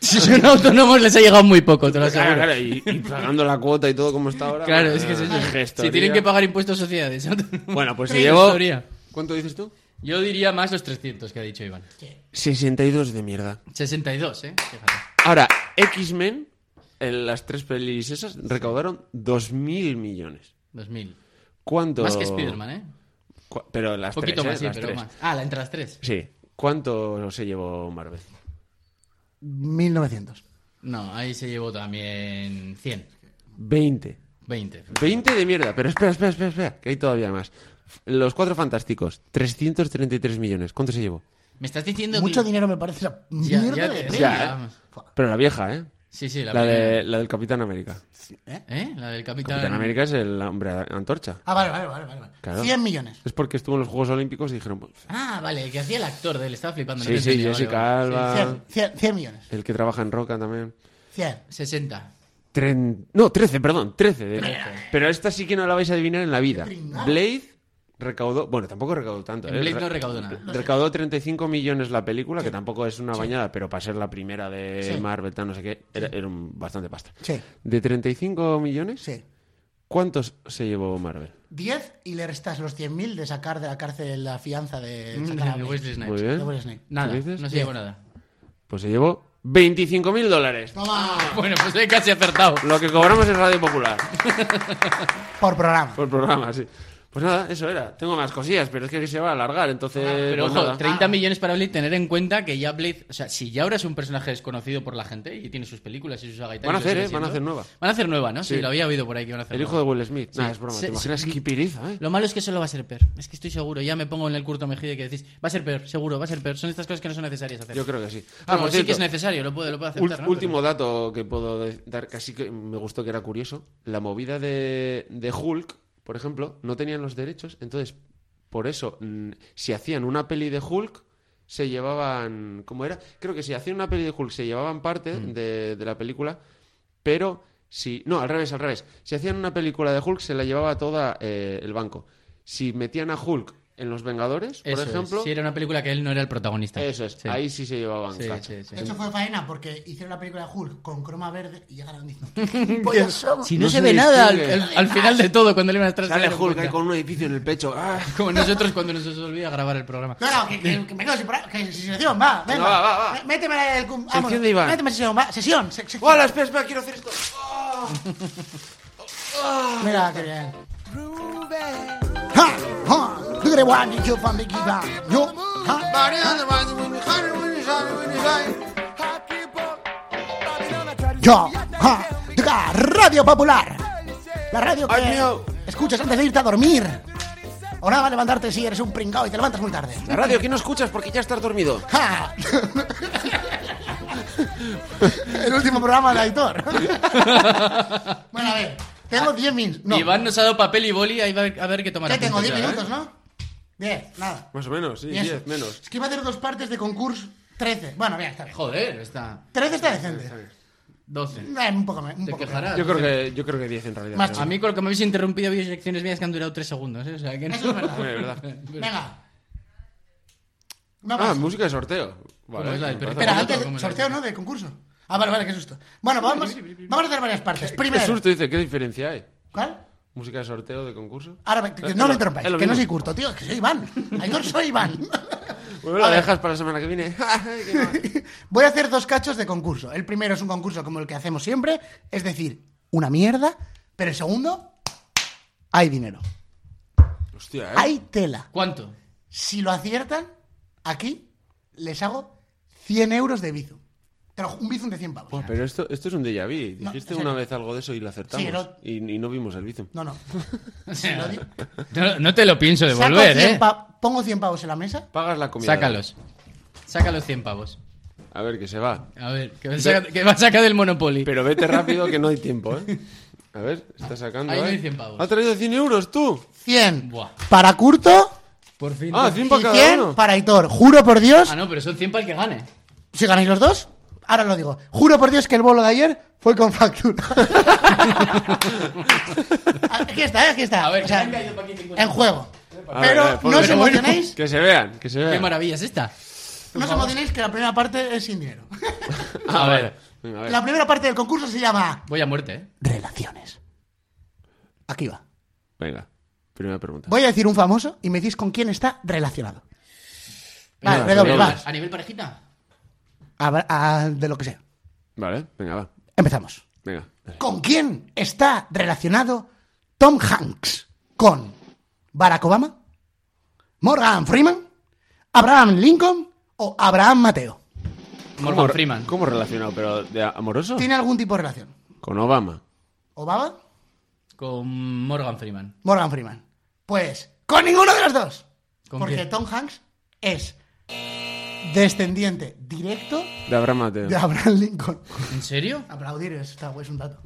S5: Si son autónomos, les ha llegado muy poco, te lo
S4: Claro,
S5: aseguro.
S4: claro, y, y pagando la cuota y todo como está ahora.
S5: Claro,
S4: bueno,
S5: es que es eso.
S4: gestoría.
S5: Si tienen que pagar impuestos sociedades. autónomos.
S4: Bueno, pues se
S5: Sí,
S4: llevó.
S5: gestoría.
S4: ¿Cuánto dices tú?
S5: Yo diría más los 300 que ha dicho Iván.
S4: 62 de mierda.
S5: 62, ¿eh? Fíjate.
S4: Ahora, X-Men, en las tres pelis esas, recaudaron 2.000 millones.
S5: 2000.
S4: ¿Cuánto?
S5: Más que Spider-Man, ¿eh?
S4: Cu- Pero las
S5: Un poquito
S4: tres, ¿eh?
S5: más, sí,
S4: Las
S5: pero
S4: tres.
S5: más. Ah, la entre las tres.
S4: Sí. ¿Cuánto se llevó Marvel?
S3: 1900.
S5: No, ahí se llevó también 100.
S4: 20.
S5: 20.
S4: 20 de mierda, pero espera, espera, espera, espera, que hay todavía más. Los cuatro fantásticos, 333 millones. ¿Cuánto se llevó?
S5: Me estás diciendo
S3: Mucho
S5: que...
S3: dinero me parece la
S5: Ya,
S3: mierda
S5: ya
S3: de
S5: te-
S3: peli.
S5: ya,
S4: ¿eh?
S5: vamos.
S4: Pero la vieja, ¿eh?
S5: Sí, sí, la,
S4: la,
S5: primera.
S4: de, la del Capitán América.
S5: ¿Eh? La del Capitán...
S4: Capitán América es el hombre antorcha.
S3: Ah, vale, vale, vale. vale, vale.
S4: ¿eh? Claro.
S3: 100 millones.
S4: Es porque estuvo en los Juegos Olímpicos y dijeron, pues,
S5: Ah, vale, el que hacía el actor de él. Estaba flipando. no
S4: sí,
S5: te
S4: sí,
S5: entendía, vale,
S4: Jessica
S5: vale. Sí,
S4: Alba,
S3: 100, 100, 100 millones.
S4: el que trabaja en Roca también.
S3: 100.
S5: sí. 60.
S4: Tren- No, 13, perdón, 13. de- Pero esta sí que no la vais a adivinar en la vida. Blade recaudó, bueno, tampoco recaudó tanto.
S5: En
S4: ¿eh?
S5: Blade
S4: Re-
S5: no recaudó nada.
S4: Recaudó 35 millones la película, que tampoco es una bañada, pero para ser la primera de
S3: Sí.
S4: Marvel, tal, no sé qué, era, era un- bastante pasta.
S3: Sí.
S4: De 35 millones,
S3: Sí.
S4: ¿cuántos se llevó Marvel?
S3: 10 y le restas los 100.000 de sacar de la cárcel la fianza de.
S4: Mm,
S3: sacar a
S5: De
S3: Blade.
S5: Wesley
S4: Muy
S5: Snipes.
S4: bien.
S3: De Will Snake.
S5: Nada,
S4: ¿Qué dices?
S5: no se llevó nada.
S4: Pues se llevó 25 mil dólares.
S3: Toma,
S5: Bueno, pues he casi acertado.
S4: Lo que cobramos en Radio Popular.
S3: por programa.
S4: Por programa, sí. Pues nada, eso era. Tengo más cosillas, pero es que se va a alargar, entonces.
S5: Ah, Pero
S4: pues
S5: ojo,
S4: nada.
S5: 30 millones para Blade, tener en cuenta que ya Blade, o sea, si ya ahora es un personaje desconocido por la gente y tiene sus películas y sus saga y tal,
S4: Van a
S5: y lo
S4: hacer,
S5: sigue
S4: ¿eh? Van a
S5: siendo.
S4: hacer nueva.
S5: Van a hacer nueva, ¿no? Sí,
S4: Sí.
S5: lo había oído por ahí que iban a hacer
S4: El hijo de
S5: nueva.
S4: Will Smith.
S5: Sí.
S4: Nah, es broma.
S5: Se-
S4: ¿Te imaginas
S5: se-
S4: qué pereza, eh?
S5: Lo malo es que solo va a ser peor. Es que estoy seguro, ya me pongo en el curto mejide que decís, va a ser peor, seguro, va a ser peor. Son estas cosas que no son necesarias hacer.
S4: Yo creo que sí.
S5: Ah,
S4: por
S5: sí que es
S4: cierto,
S5: necesario, lo puedo, lo puedo
S4: ul-
S5: aceptar, ¿no?
S4: último dato que puedo de- dar, casi que me gustó que era curioso. La movida de, de Hulk, por ejemplo, no tenían los derechos, entonces, por eso, mm, si hacían una peli de Hulk, se llevaban. ¿Cómo era? Creo que si hacían una peli de Hulk, se llevaban parte
S5: Mm.
S4: de, de la película, pero si. No, al revés, al revés. Si hacían una película de Hulk, se la llevaba toda eh, el banco. Si metían a Hulk en Los Vengadores, por
S5: Eso es.
S4: ejemplo.
S5: Si era una película que él no era el protagonista.
S4: Eso es,
S5: Sí.
S4: ahí sí se llevaban
S5: Sí,
S4: cacho.
S5: sí, sí.
S3: De hecho, fue faena porque hicieron la película de Hulk con croma verde y llegaron diciendo: "Pollas somos".
S5: Si no,
S4: No
S5: se,
S4: se
S5: ve nada al,
S4: distingue.
S5: al- al final de todo, cuando le iban a estar
S4: Sale Hulk ahí con un edificio en el pecho. ¡Ah!
S5: Como nosotros cuando nos olvida grabar el programa.
S3: No, no, que, que, que me quedo sin palabras, que sesión, va, venga.
S4: va, va, va.
S3: Mé- Méteme la del cum. vámonos,
S4: de Iván.
S3: Méteme sesión, va. Sesión, se- sección.
S4: ¡Hola, espera, espera! ¡Quiero hacer esto!
S3: Mira, qué bien. Ha, ha, look at the one you kill from the give up. Yo, ha. Yo, ha, toca Radio Popular. La radio que
S4: Ay, mío.
S3: escuchas antes de irte a dormir. O nada, levantarte si eres un pringao y te levantas muy tarde.
S4: La radio, que no escuchas porque ya estás dormido.
S3: ¡Ja! El último programa de Aitor. bueno, a ver, tengo 10 minutos. No,
S5: Iván nos ha dado papel y boli, ahí va a ver qué tomar.
S3: ya tengo
S5: apuntes
S3: 10
S5: ya, ¿eh?
S3: minutos, ¿no? 10, nada.
S4: Más o menos, sí,
S3: Y eso.
S4: 10 menos.
S3: Es que iba a hacer dos partes de concurso 13. Bueno, mira, está bien.
S5: Joder, está.
S3: 13 está decente.
S5: 12.
S3: Eh, Un poco, me- un
S5: Te
S3: poco
S5: quejarás.
S4: Yo creo que, yo creo que 10 en realidad.
S3: Más
S4: pero-
S5: A mí con lo que me habéis interrumpido habéis secciones mías que han durado 3 segundos, ¿eh? O sea, que no-
S3: Eso es verdad.
S4: Bueno, de
S5: Eh,
S4: verdad.
S5: Ah,
S3: Venga. Vamos.
S4: Ah, música de sorteo. Vale,
S5: es la del
S4: me parece
S5: perrito?
S3: Espera,
S4: bonito.
S3: antes,
S5: ¿Cómo
S3: de-
S5: es la
S3: sorteo,
S5: cosa?
S3: ¿no? De concurso. Ah, vale, vale, qué susto. Bueno, vamos, vamos a hacer varias partes.
S4: Qué
S3: Primero,
S4: susto, dice, ¿qué diferencia hay?
S3: ¿cuál?
S4: ¿Música de sorteo de concurso?
S3: Ahora, ve- que
S4: Es
S3: no
S4: lo-
S3: me
S4: es
S3: interrumpáis,
S4: lo
S3: que no
S4: mismo.
S3: soy curto, tío, que soy Iván. Yo soy Iván.
S4: Bueno, Pues la
S3: A ver.
S4: dejas para la semana que viene. Qué mal.
S3: Voy a hacer dos cachos de concurso. El primero es un concurso como el que hacemos siempre, es decir, una mierda, pero el segundo, hay dinero.
S4: Hostia, ¿eh?
S3: Hay tela.
S5: ¿Cuánto?
S3: Si lo aciertan, aquí les hago 100 euros de Bizum. Te lo ju- un Bizum de 100 pavos.
S4: Buah, pero esto, esto es un déjà vu.
S3: No,
S4: Dijiste
S3: en serio.
S4: una vez algo de eso y lo acertamos.
S3: Sí, no-
S4: Y, y no vimos el bizum.
S3: No, no.
S5: sea,
S3: lo di-
S5: No, no te lo pienso
S3: Saco
S5: devolver,
S3: 100
S5: ¿eh?
S3: pa- pongo 100 pavos en la mesa.
S4: Pagas la comida.
S5: Sácalos. Saca los 100 pavos.
S4: A ver, que se va.
S5: A ver, que va a sacar, que va a sacar del Monopoly.
S4: Pero vete rápido que no hay tiempo, ¿eh? A ver, está sacando.
S5: Ahí no
S4: ¿eh?
S5: hay 100 pavos.
S4: ¿Ha traído 100 euros tú?
S3: 100
S5: Buah.
S3: para Curto
S5: Por fin.
S4: Ah,
S5: Ah,
S4: 100
S3: y
S4: para cada
S3: 100
S4: uno.
S3: para Hitor. Juro por Dios,
S5: no, pero son 100 para el que gane.
S3: si ganáis los dos, ahora lo digo. Juro por Dios que el bolo de ayer fue con factura. aquí está, eh, aquí está.
S5: A ver,
S3: O sea,
S5: ¿qué han caído pa' aquí?
S3: en juego.
S4: A ver, eh,
S3: Pero
S4: a ver,
S3: no
S4: ponlo.
S3: os
S5: Pero bueno.
S3: emocionéis,
S4: Que se vean, que se
S5: Qué
S4: vean.
S5: maravilla es esta.
S3: no os emocionéis que la primera parte es sin dinero.
S4: A
S5: A
S4: ver.
S5: ver.
S4: Venga, a ver.
S3: La primera parte del concurso se llama
S5: Voy a muerte, ¿eh?
S3: Relaciones. Aquí va.
S4: Venga, primera pregunta.
S3: Voy a decir un famoso y me decís con quién está relacionado. Vale,
S4: Venga,
S3: redoble,
S4: redobles.
S3: va.
S5: ¿A nivel parejita?
S3: A- a- de lo que sea.
S4: Vale, venga, va.
S3: Empezamos.
S4: Venga.
S3: ¿Con quién está relacionado Tom Hanks? ¿Con Barack Obama? ¿Morgan Freeman? ¿Abraham Lincoln? ¿O Abraham Mateo?
S5: Morgan
S4: ¿Cómo-
S5: Freeman.
S4: ¿Cómo relacionado? ¿Pero de amoroso?
S3: ¿Tiene algún tipo de relación?
S4: Con Obama.
S3: ¿Obama?
S5: Con Morgan Freeman.
S3: ¿Morgan Freeman? Pues con ninguno de los dos.
S5: ¿Con
S3: Porque
S5: quién?
S3: Tom Hanks es descendiente directo
S4: De Abraham Mateo.
S3: de Abraham Lincoln.
S5: ¿En serio?
S3: Aplaudir, está güey, es un dato.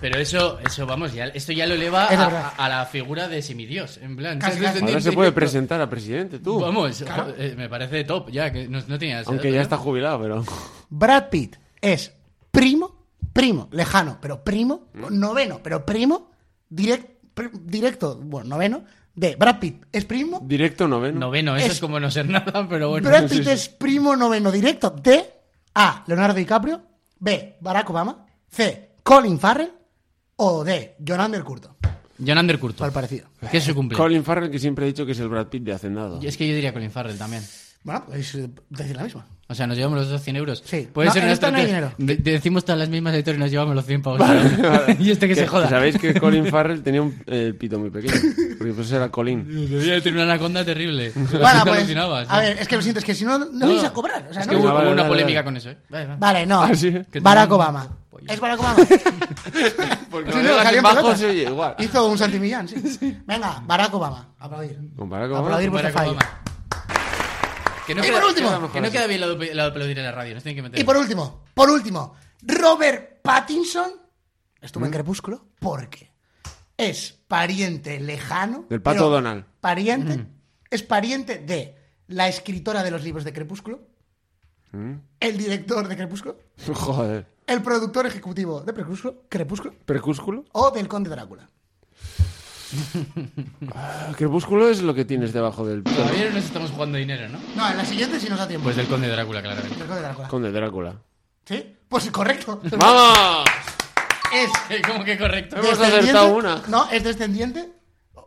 S5: Pero eso, eso vamos, ya, esto ya lo eleva
S3: Es
S5: a,
S3: verdad.
S5: a- a la figura de semidios. En plan,
S3: Casi,
S5: ¿sabes?
S3: casi.
S5: Descendiente
S4: Ahora se puede
S5: directo.
S4: presentar a presidente, tú.
S5: Vamos, jo- eh, me parece top, ya, que no, no tenía ese
S4: Aunque
S5: dato,
S4: ya
S5: ¿no?
S4: está jubilado, pero...
S3: Brad Pitt es primo, primo, lejano, pero primo,
S4: Mm.
S3: noveno, pero primo, direct- pri- directo, bueno, noveno, de Brad Pitt es primo,
S4: Directo noveno.
S5: Noveno, eso
S3: Es-
S5: es, como no ser nada, pero bueno.
S3: Brad
S4: sí,
S3: Pitt
S4: sí.
S3: es primo noveno directo de A. Leonardo DiCaprio, B. Barack Obama, C. Colin Farrell o D. John Ander Curto,
S5: John Ander Curto,
S3: para parecido.
S5: que es su cumpleaños.
S4: Colin Farrell, que siempre he dicho que es el Brad Pitt de Hacendado.
S5: Y Es que yo diría Colin Farrell también.
S3: Bueno, pues eh, decir la misma.
S5: O sea, nos llevamos los dos 100 euros.
S3: Sí.
S5: Puede
S3: No,
S5: ser
S3: en
S5: una
S3: esto no hay
S5: estrategia- de- decimos todas las mismas historias y nos llevamos los 100 pavos. y este que, se joda.
S4: Sabéis que Colin Farrell tenía un eh, pito muy pequeño. Porque pues era Colin.
S5: Debía tener una anaconda terrible.
S3: Bueno,
S5: Tú
S3: pues,
S5: alucinabas,
S3: a
S5: ¿no?
S3: ver, es que lo siento, es que si no, no vais a cobrar. O sea,
S5: Es
S3: no
S5: que
S4: Venga,
S5: hubo
S4: vale,
S5: hubo una
S4: vale,
S5: polémica
S4: vale.
S5: con eso, ¿eh? Vale, vale.
S3: Vale, no.
S4: Ah, sí.
S5: Que te
S3: Barack
S5: mando un
S3: Obama.
S5: pollo.
S3: ¿Es Barack Obama?
S4: Porque
S3: Sí,
S4: no
S3: no,
S4: dejas
S3: salió
S4: en
S3: en
S4: bajo
S3: pelota.
S4: se oye igual.
S3: Hizo un santimillán, sí. Venga, Barack Obama. Aplaudir.
S4: Con Barack Obama.
S3: Aplaudir vuestro
S5: Barack
S3: fallo.
S5: Obama. Que no,
S3: Y
S5: queda,
S3: por último.
S5: que no queda bien la de, la de aplaudir en la radio. Nos tienen que meter.
S3: Y por último, por último, Robert Pattinson estuvo
S4: ¿Mm?
S3: en Crepúsculo porque es pariente lejano.
S4: Del Pato
S3: pero
S4: Donald.
S3: Pariente.
S5: Mm.
S3: Es pariente de la escritora de los libros de Crepúsculo,
S4: ¿Mm?
S3: el director de Crepúsculo,
S4: Joder.
S3: el productor ejecutivo de Crepúsculo, Crepúsculo
S4: ¿Crepúsculo?
S3: o del Conde Drácula.
S4: Ah, Crepúsculo es lo que tienes debajo del pito.
S5: Todavía no nos estamos jugando dinero, ¿no?
S3: No, en la siguiente si nos da tiempo.
S5: Pues del Conde Drácula, claramente.
S3: Del Conde Drácula.
S4: Conde Drácula.
S3: ¿Sí? Pues correcto.
S4: ¡Vamos!
S3: Es
S5: ¿Cómo que correcto?
S4: Hemos
S3: descendiente-
S4: acertado una.
S3: No, es descendiente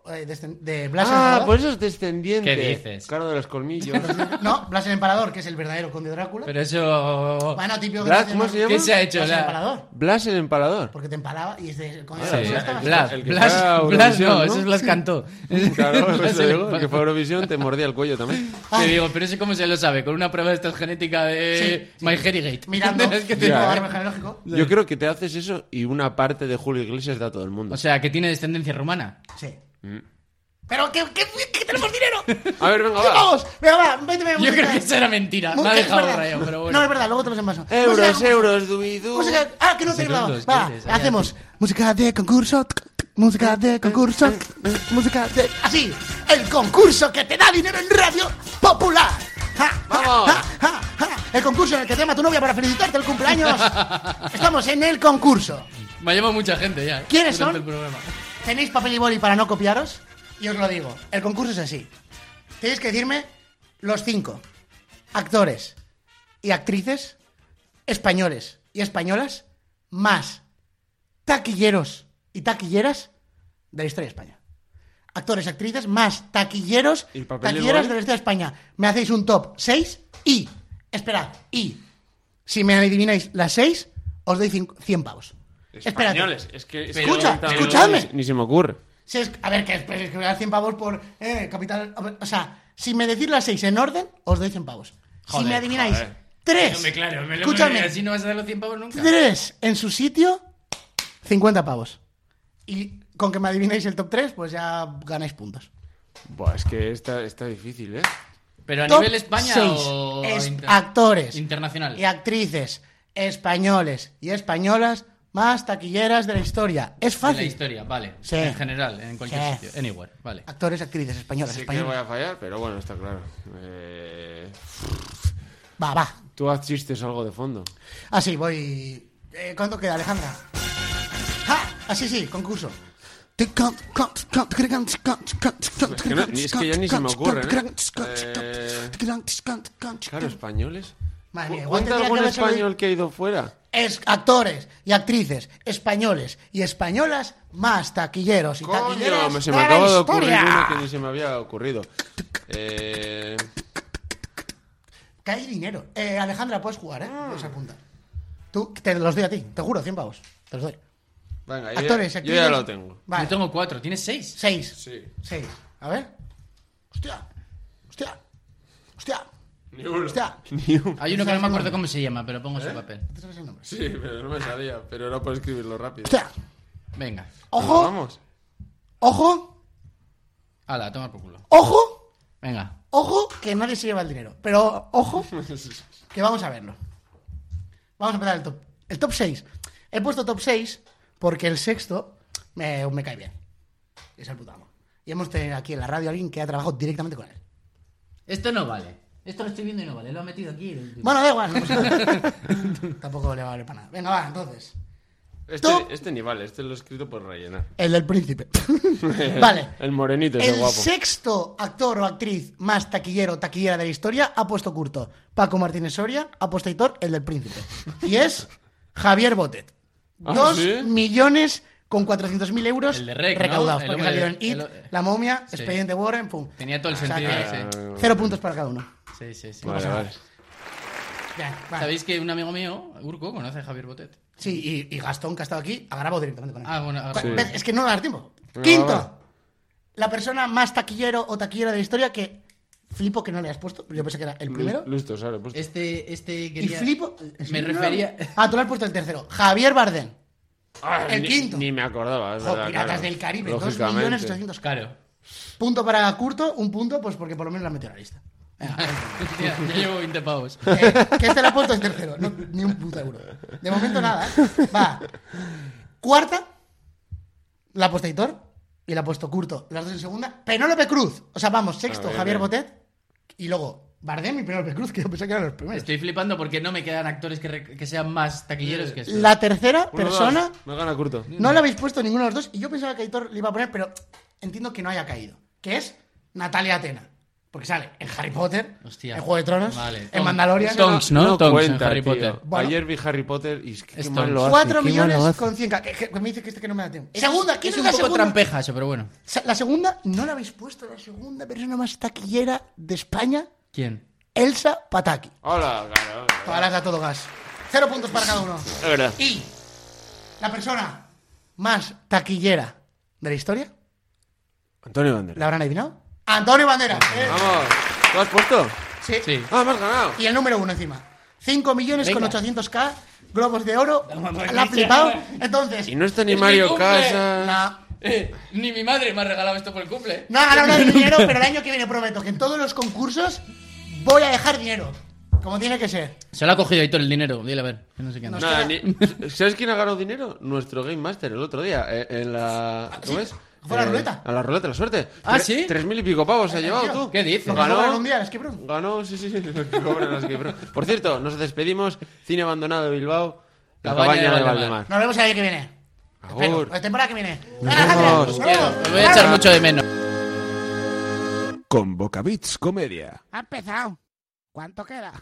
S3: eh, descen- de Blas
S4: Ah, pues
S3: el Emparador.
S4: por eso es descendiente.
S5: ¿Qué dices?
S4: Claro de los colmillos.
S3: No, Blas el Emparador, que es el verdadero conde Drácula.
S5: Pero eso.
S3: Bueno, típico que
S4: Blas,
S3: te
S4: ¿cómo
S3: llaman-
S4: se llama?
S5: ¿Qué se ha hecho?
S3: Blas el
S5: La...
S3: Emparador.
S4: Blas el empalador.
S3: Porque te empalaba y es de conde
S5: Sí,
S3: Drácula. estaba-
S5: Blas,
S4: el que
S5: Blas,
S4: fue a
S5: Blas
S4: Eurovisión,
S5: no,
S4: ¿no?
S5: eso es Blas Cantó.
S4: Claro, por
S5: Blas
S4: eso
S5: el-
S4: digo, el que fue a Eurovisión te mordía el cuello también.
S5: Te digo, pero eso cómo se lo sabe, con una prueba de estas genética de
S3: Sí, sí.
S5: My Heritage.
S3: Mirando.
S5: Es que te-
S4: Ya,
S3: tipo
S4: ¿eh?
S3: árbol genealógico.
S4: Yo creo que te haces eso y una parte de Julio Iglesias da a todo el mundo.
S5: O sea, que tiene descendencia rumana.
S3: Sí.
S5: Mm.
S3: Pero que, que- que tenemos dinero.
S4: a ver, venga, va.
S3: Vamos, venga, va, vete, vete,
S5: Yo
S3: música.
S5: creo que eso era mentira. Me
S3: Música,
S5: ha
S3: es
S5: dejado
S3: verdad.
S5: rayado, pero
S3: No, es
S5: bueno.
S3: verdad, luego te los envaso.
S4: Euros,
S3: Música-
S4: euros, duidú.
S3: Música. Ah, que no te grababa.
S5: Segundos,
S3: Va,
S5: ¿qué dices?
S3: hacemos música de concurso. tsk, tsk, Música de concurso. tsk, Música de. Así, el concurso que te da dinero en Radio Popular. Ja, ja,
S4: Vamos.
S3: ja, ja, ja. El concurso en el que te llama tu novia para felicitarte el cumpleaños. Estamos en el concurso.
S5: Me ha llamado mucha gente ya. ¿eh?
S3: ¿Quiénes
S5: durante
S3: son?
S5: el programa.
S3: ¿Tenéis papel y boli para no copiaros? Y os lo digo, el concurso es así. Tenéis que decirme los cinco actores y actrices españoles y españolas más taquilleros y taquilleras de la historia de España. Actores y actrices más taquilleros
S4: ¿Y papel y
S3: taquilleras
S4: boli?
S3: de la historia de España. Me hacéis un top 6 y, esperad, y si me adivináis las 6, os doy cinco- 100 pavos. Esperad.
S4: Españoles, es que... es que
S3: Escucha,
S4: no-
S3: escuchadme.
S4: Ni, ni se me ocurre.
S3: Si es- a ver, que después es que me dan 100 pavos por eh, capital. O sea, si me decís las 6 en orden, os doy 100 pavos. si
S5: Joder,
S3: me adivináis
S4: joder.
S3: 3,
S5: Hombre, claro, me lo
S3: escúchame,
S5: Así no vas a dar los 100 pavos nunca.
S3: 3 en su sitio, 50 pavos. Y con que me adivinéis el top 3, pues ya ganáis puntos.
S4: Buah, es que está, está difícil, ¿eh?
S5: Pero a
S3: Top
S5: nivel España
S3: seis.
S5: o
S3: Es-
S5: inter-
S3: actores
S5: internacional.
S3: y actrices españoles y españolas más taquilleras de la historia. Es
S5: de la
S3: fácil.
S5: historia, vale.
S3: Sí.
S5: En general, en cualquier
S3: Sí.
S5: sitio. Anywhere, vale.
S3: Actores, actrices españolas,
S4: Sé que voy
S3: españolas.
S4: a fallar, pero bueno, está claro. Eh,
S3: Va, va.
S4: Tú haz chistes o algo de fondo.
S3: Así, Ah, voy. Eh, ¿Cuánto queda, Alejandra? ¡Ja! Así sí, concurso.
S4: Es que, no- ni- es que ya ni se me ocurre, ¿eh? Eh, Claro, españoles.
S3: Madre
S4: Cu-
S3: mía, Ah, igual
S4: Cuenta
S3: tendría que
S4: algún
S3: haberse lo di-
S4: español que ha ido fuera.
S3: Es actores y actrices españoles y españolas más taquilleros y
S4: Coño,
S3: taquilleras
S4: me- se me
S3: de la
S4: acaba de ocurrir
S3: ¿eh? historia.
S4: uno que ni se me había ocurrido. Eh,
S3: Que hay dinero. Eh, Alejandra, puedes jugar, ¿eh?
S4: Ah.
S3: Puedes apuntar. Tú, te los doy a ti, te juro, 100 pavos. Te los doy.
S4: venga, yo ya-
S3: Actores,
S4: yo,
S3: actrices.
S4: ya lo tengo.
S3: Vale.
S5: Yo tengo cuatro, ¿tienes seis?
S3: Seis.
S4: Sí.
S3: Seis. A ver. Hostia. Hostia. Hostia.
S4: Ni uno.
S3: Hostia.
S4: Ni uno.
S5: Hay uno que no me acuerdo cómo se llama, pero pongo su papel.
S3: ¿Te sabes el nombre?
S4: Sí, pero no me salía. Pero era por escribirlo rápido.
S3: Hostia.
S5: Venga.
S3: Ojo.
S4: Vamos.
S3: Ojo.
S5: Hala, toma por culo.
S3: Ojo.
S5: Venga.
S3: Ojo. Que nadie se lleva el dinero. Pero ojo.
S4: Este,
S3: Que vamos a verlo. Vamos a empezar el top. El top 6. He puesto top 6 porque el sexto me, me cae bien. Es el puto amo. Y hemos tenido aquí en la radio a alguien que ha trabajado directamente con él.
S5: Esto no vale. Esto lo estoy viendo y no vale. Lo ha metido aquí. el-
S3: Bueno, da igual. no pasa nada. Tampoco le va a valer para nada. Venga, va, entonces. Top.
S4: Este, este ni vale, este lo he escrito por rellenar.
S3: El del príncipe. vale.
S4: El morenito es
S3: El
S4: guapo.
S3: sexto actor o actriz más taquillero o taquillera de la historia ha puesto curto. Paco Martínez Soria ha puesto Hitor, el del príncipe. Y es Javier Botet.
S4: Ah,
S3: Dos
S4: ¿sí?
S3: millones con 400.000 euros
S5: El de Rec, ¿no?
S3: recaudados.
S5: El
S3: Porque
S5: hombre de-
S3: salieron It,
S5: el o-
S3: La Momia,
S5: Sí.
S3: Expediente Warren, pum.
S5: Tenía todo el
S3: O sea
S5: sentido.
S3: que-
S5: sí.
S3: Cero puntos para cada uno.
S5: Sí, sí, sí.
S4: Ah, Vale, vale.
S3: Ya, va.
S5: ¿Sabéis que un amigo mío, Urco, conoce a Javier Botet?
S3: Sí, y, y Gastón, que ha estado aquí, ha grabado directamente con él.
S5: Ah, bueno, ha grabado.
S3: Cu- ves, Es que no da tiempo.
S4: Venga,
S3: Quinto.
S4: va, va.
S3: La persona más taquillero o taquillera de la historia que flipo que no le has puesto. Yo pensé que era el primero.
S4: Listo, sale. Pues.
S5: Este, este
S3: Y
S5: quería...
S3: flipo. eh,
S5: Me
S3: no.
S5: refería...
S3: Ah, tú le has puesto el tercero. Javier Bardem.
S4: Ah,
S3: el
S4: ni,
S3: quinto.
S4: Ni me acordaba. Es
S3: Jo,
S4: verdad,
S3: Piratas
S4: claro.
S3: del Caribe,
S4: Lógicamente.
S3: 2.800.000.
S5: Pues Claro.
S3: Punto para Curto, un punto, pues porque por lo menos la metió a la lista.
S5: Hostia, ya llevo 20 pavos.
S3: Eh, que este le ha puesto el tercero. No, ni un puto euro. De momento nada. ¿eh? Va. Cuarta. La ha puesto Hitor y la ha puesto Curto. Las dos en segunda. Penélope Cruz. O sea, vamos, sexto,
S4: A ver,
S3: Javier
S4: Ah, bien.
S3: Botet. Y luego Bardem y Penélope Cruz, que yo pensé que eran los
S4: Este
S3: primeros.
S5: Estoy flipando porque no me quedan actores que, re- que sean más taquilleros que este.
S3: La tercera
S4: Uno, dos.
S3: persona
S4: Me gana curto.
S3: no la habéis puesto ninguno de los dos. Y yo pensaba que a Hitor le iba a poner, pero entiendo que no haya caído. Que es Natalia Atena. Porque sale en Harry Potter,
S5: Hostia.
S3: en Juego de Tronos,
S5: Vale,
S3: en
S5: Tom-
S3: Mandalorian.
S5: Tom- Tonks, ¿no? Tonks en Harry
S4: tío.
S5: Potter.
S3: Bueno.
S4: Ayer vi Harry Potter y es que qué
S5: Es
S4: mal
S5: Tonks.
S4: lo hace,
S3: 4
S4: qué mal lo
S3: millones
S4: hace.
S3: con 100 Que, que me dice que este que no me da tiempo. Segunda, ¿quién
S5: es
S3: es,
S5: un
S3: la
S5: poco
S3: segunda?
S5: trampeja eso, pero bueno.
S3: Sa- La segunda, no la habéis puesto, la segunda persona más taquillera de España,
S5: ¿Quién?
S3: Elsa Pataki.
S4: Hola, claro. claro.
S3: Para a todo gas. Cero puntos para cada uno.
S4: Es verdad.
S3: Y la persona más taquillera de la historia,
S4: Antonio Banderas.
S3: ¿la habrán adivinado? Antonio Banderas. ¿eh?
S4: Vamos. ¿Lo has puesto?
S3: Sí.
S5: Sí.
S4: Ah, me has ganado.
S3: Y el número uno encima. 5 millones con
S5: Venga.
S3: 800k, globos de oro, la ha flipado. Entonces,
S4: Y no está ni
S5: Es mi
S4: Mario
S5: cumple.
S4: Casas.
S3: la-
S5: Eh, ni mi madre me ha regalado esto por el cumple.
S3: No ha ganado nada de dinero, pero el año que viene prometo que en todos los concursos voy a dejar dinero. Como tiene que ser.
S5: Se lo ha cogido ahí todo el dinero. Dile a ver. que no sé qué anda.
S3: Nos
S4: Nada,
S3: queda-
S4: ni- ¿Sabes quién ha ganado dinero? Nuestro Game Master el otro día. eh, En la. ¿Cómo es?
S3: Fue la ruleta.
S4: A la ruleta, la suerte.
S5: ¿Ah,
S4: Tre-
S5: sí?
S4: Tres mil y pico pavos se ha
S3: Ay,
S4: llevado
S3: tío,
S4: tú.
S5: ¿qué dices?
S4: Lo
S5: Lo
S3: Ganó
S4: Ganó.
S3: un día, es que pronto.
S4: Ganó, sí, sí, sí. lo que cobran los que pro- Por cierto, nos despedimos. Cine abandonado de Bilbao. La
S5: Cabaña
S4: cabaña
S5: de
S4: de
S5: Valdemar.
S4: Valdemar.
S3: Nos vemos el año que viene. Espero,
S4: Agur.
S3: La temporada que viene.
S4: Nos
S3: Venga,
S4: vemos.
S3: Alejandra,
S4: Os
S3: nos
S5: Quiero,
S3: vemos.
S5: os voy a echar mucho de menos.
S1: Con Bocavits Comedia.
S2: Ha empezado. ¿Cuánto queda?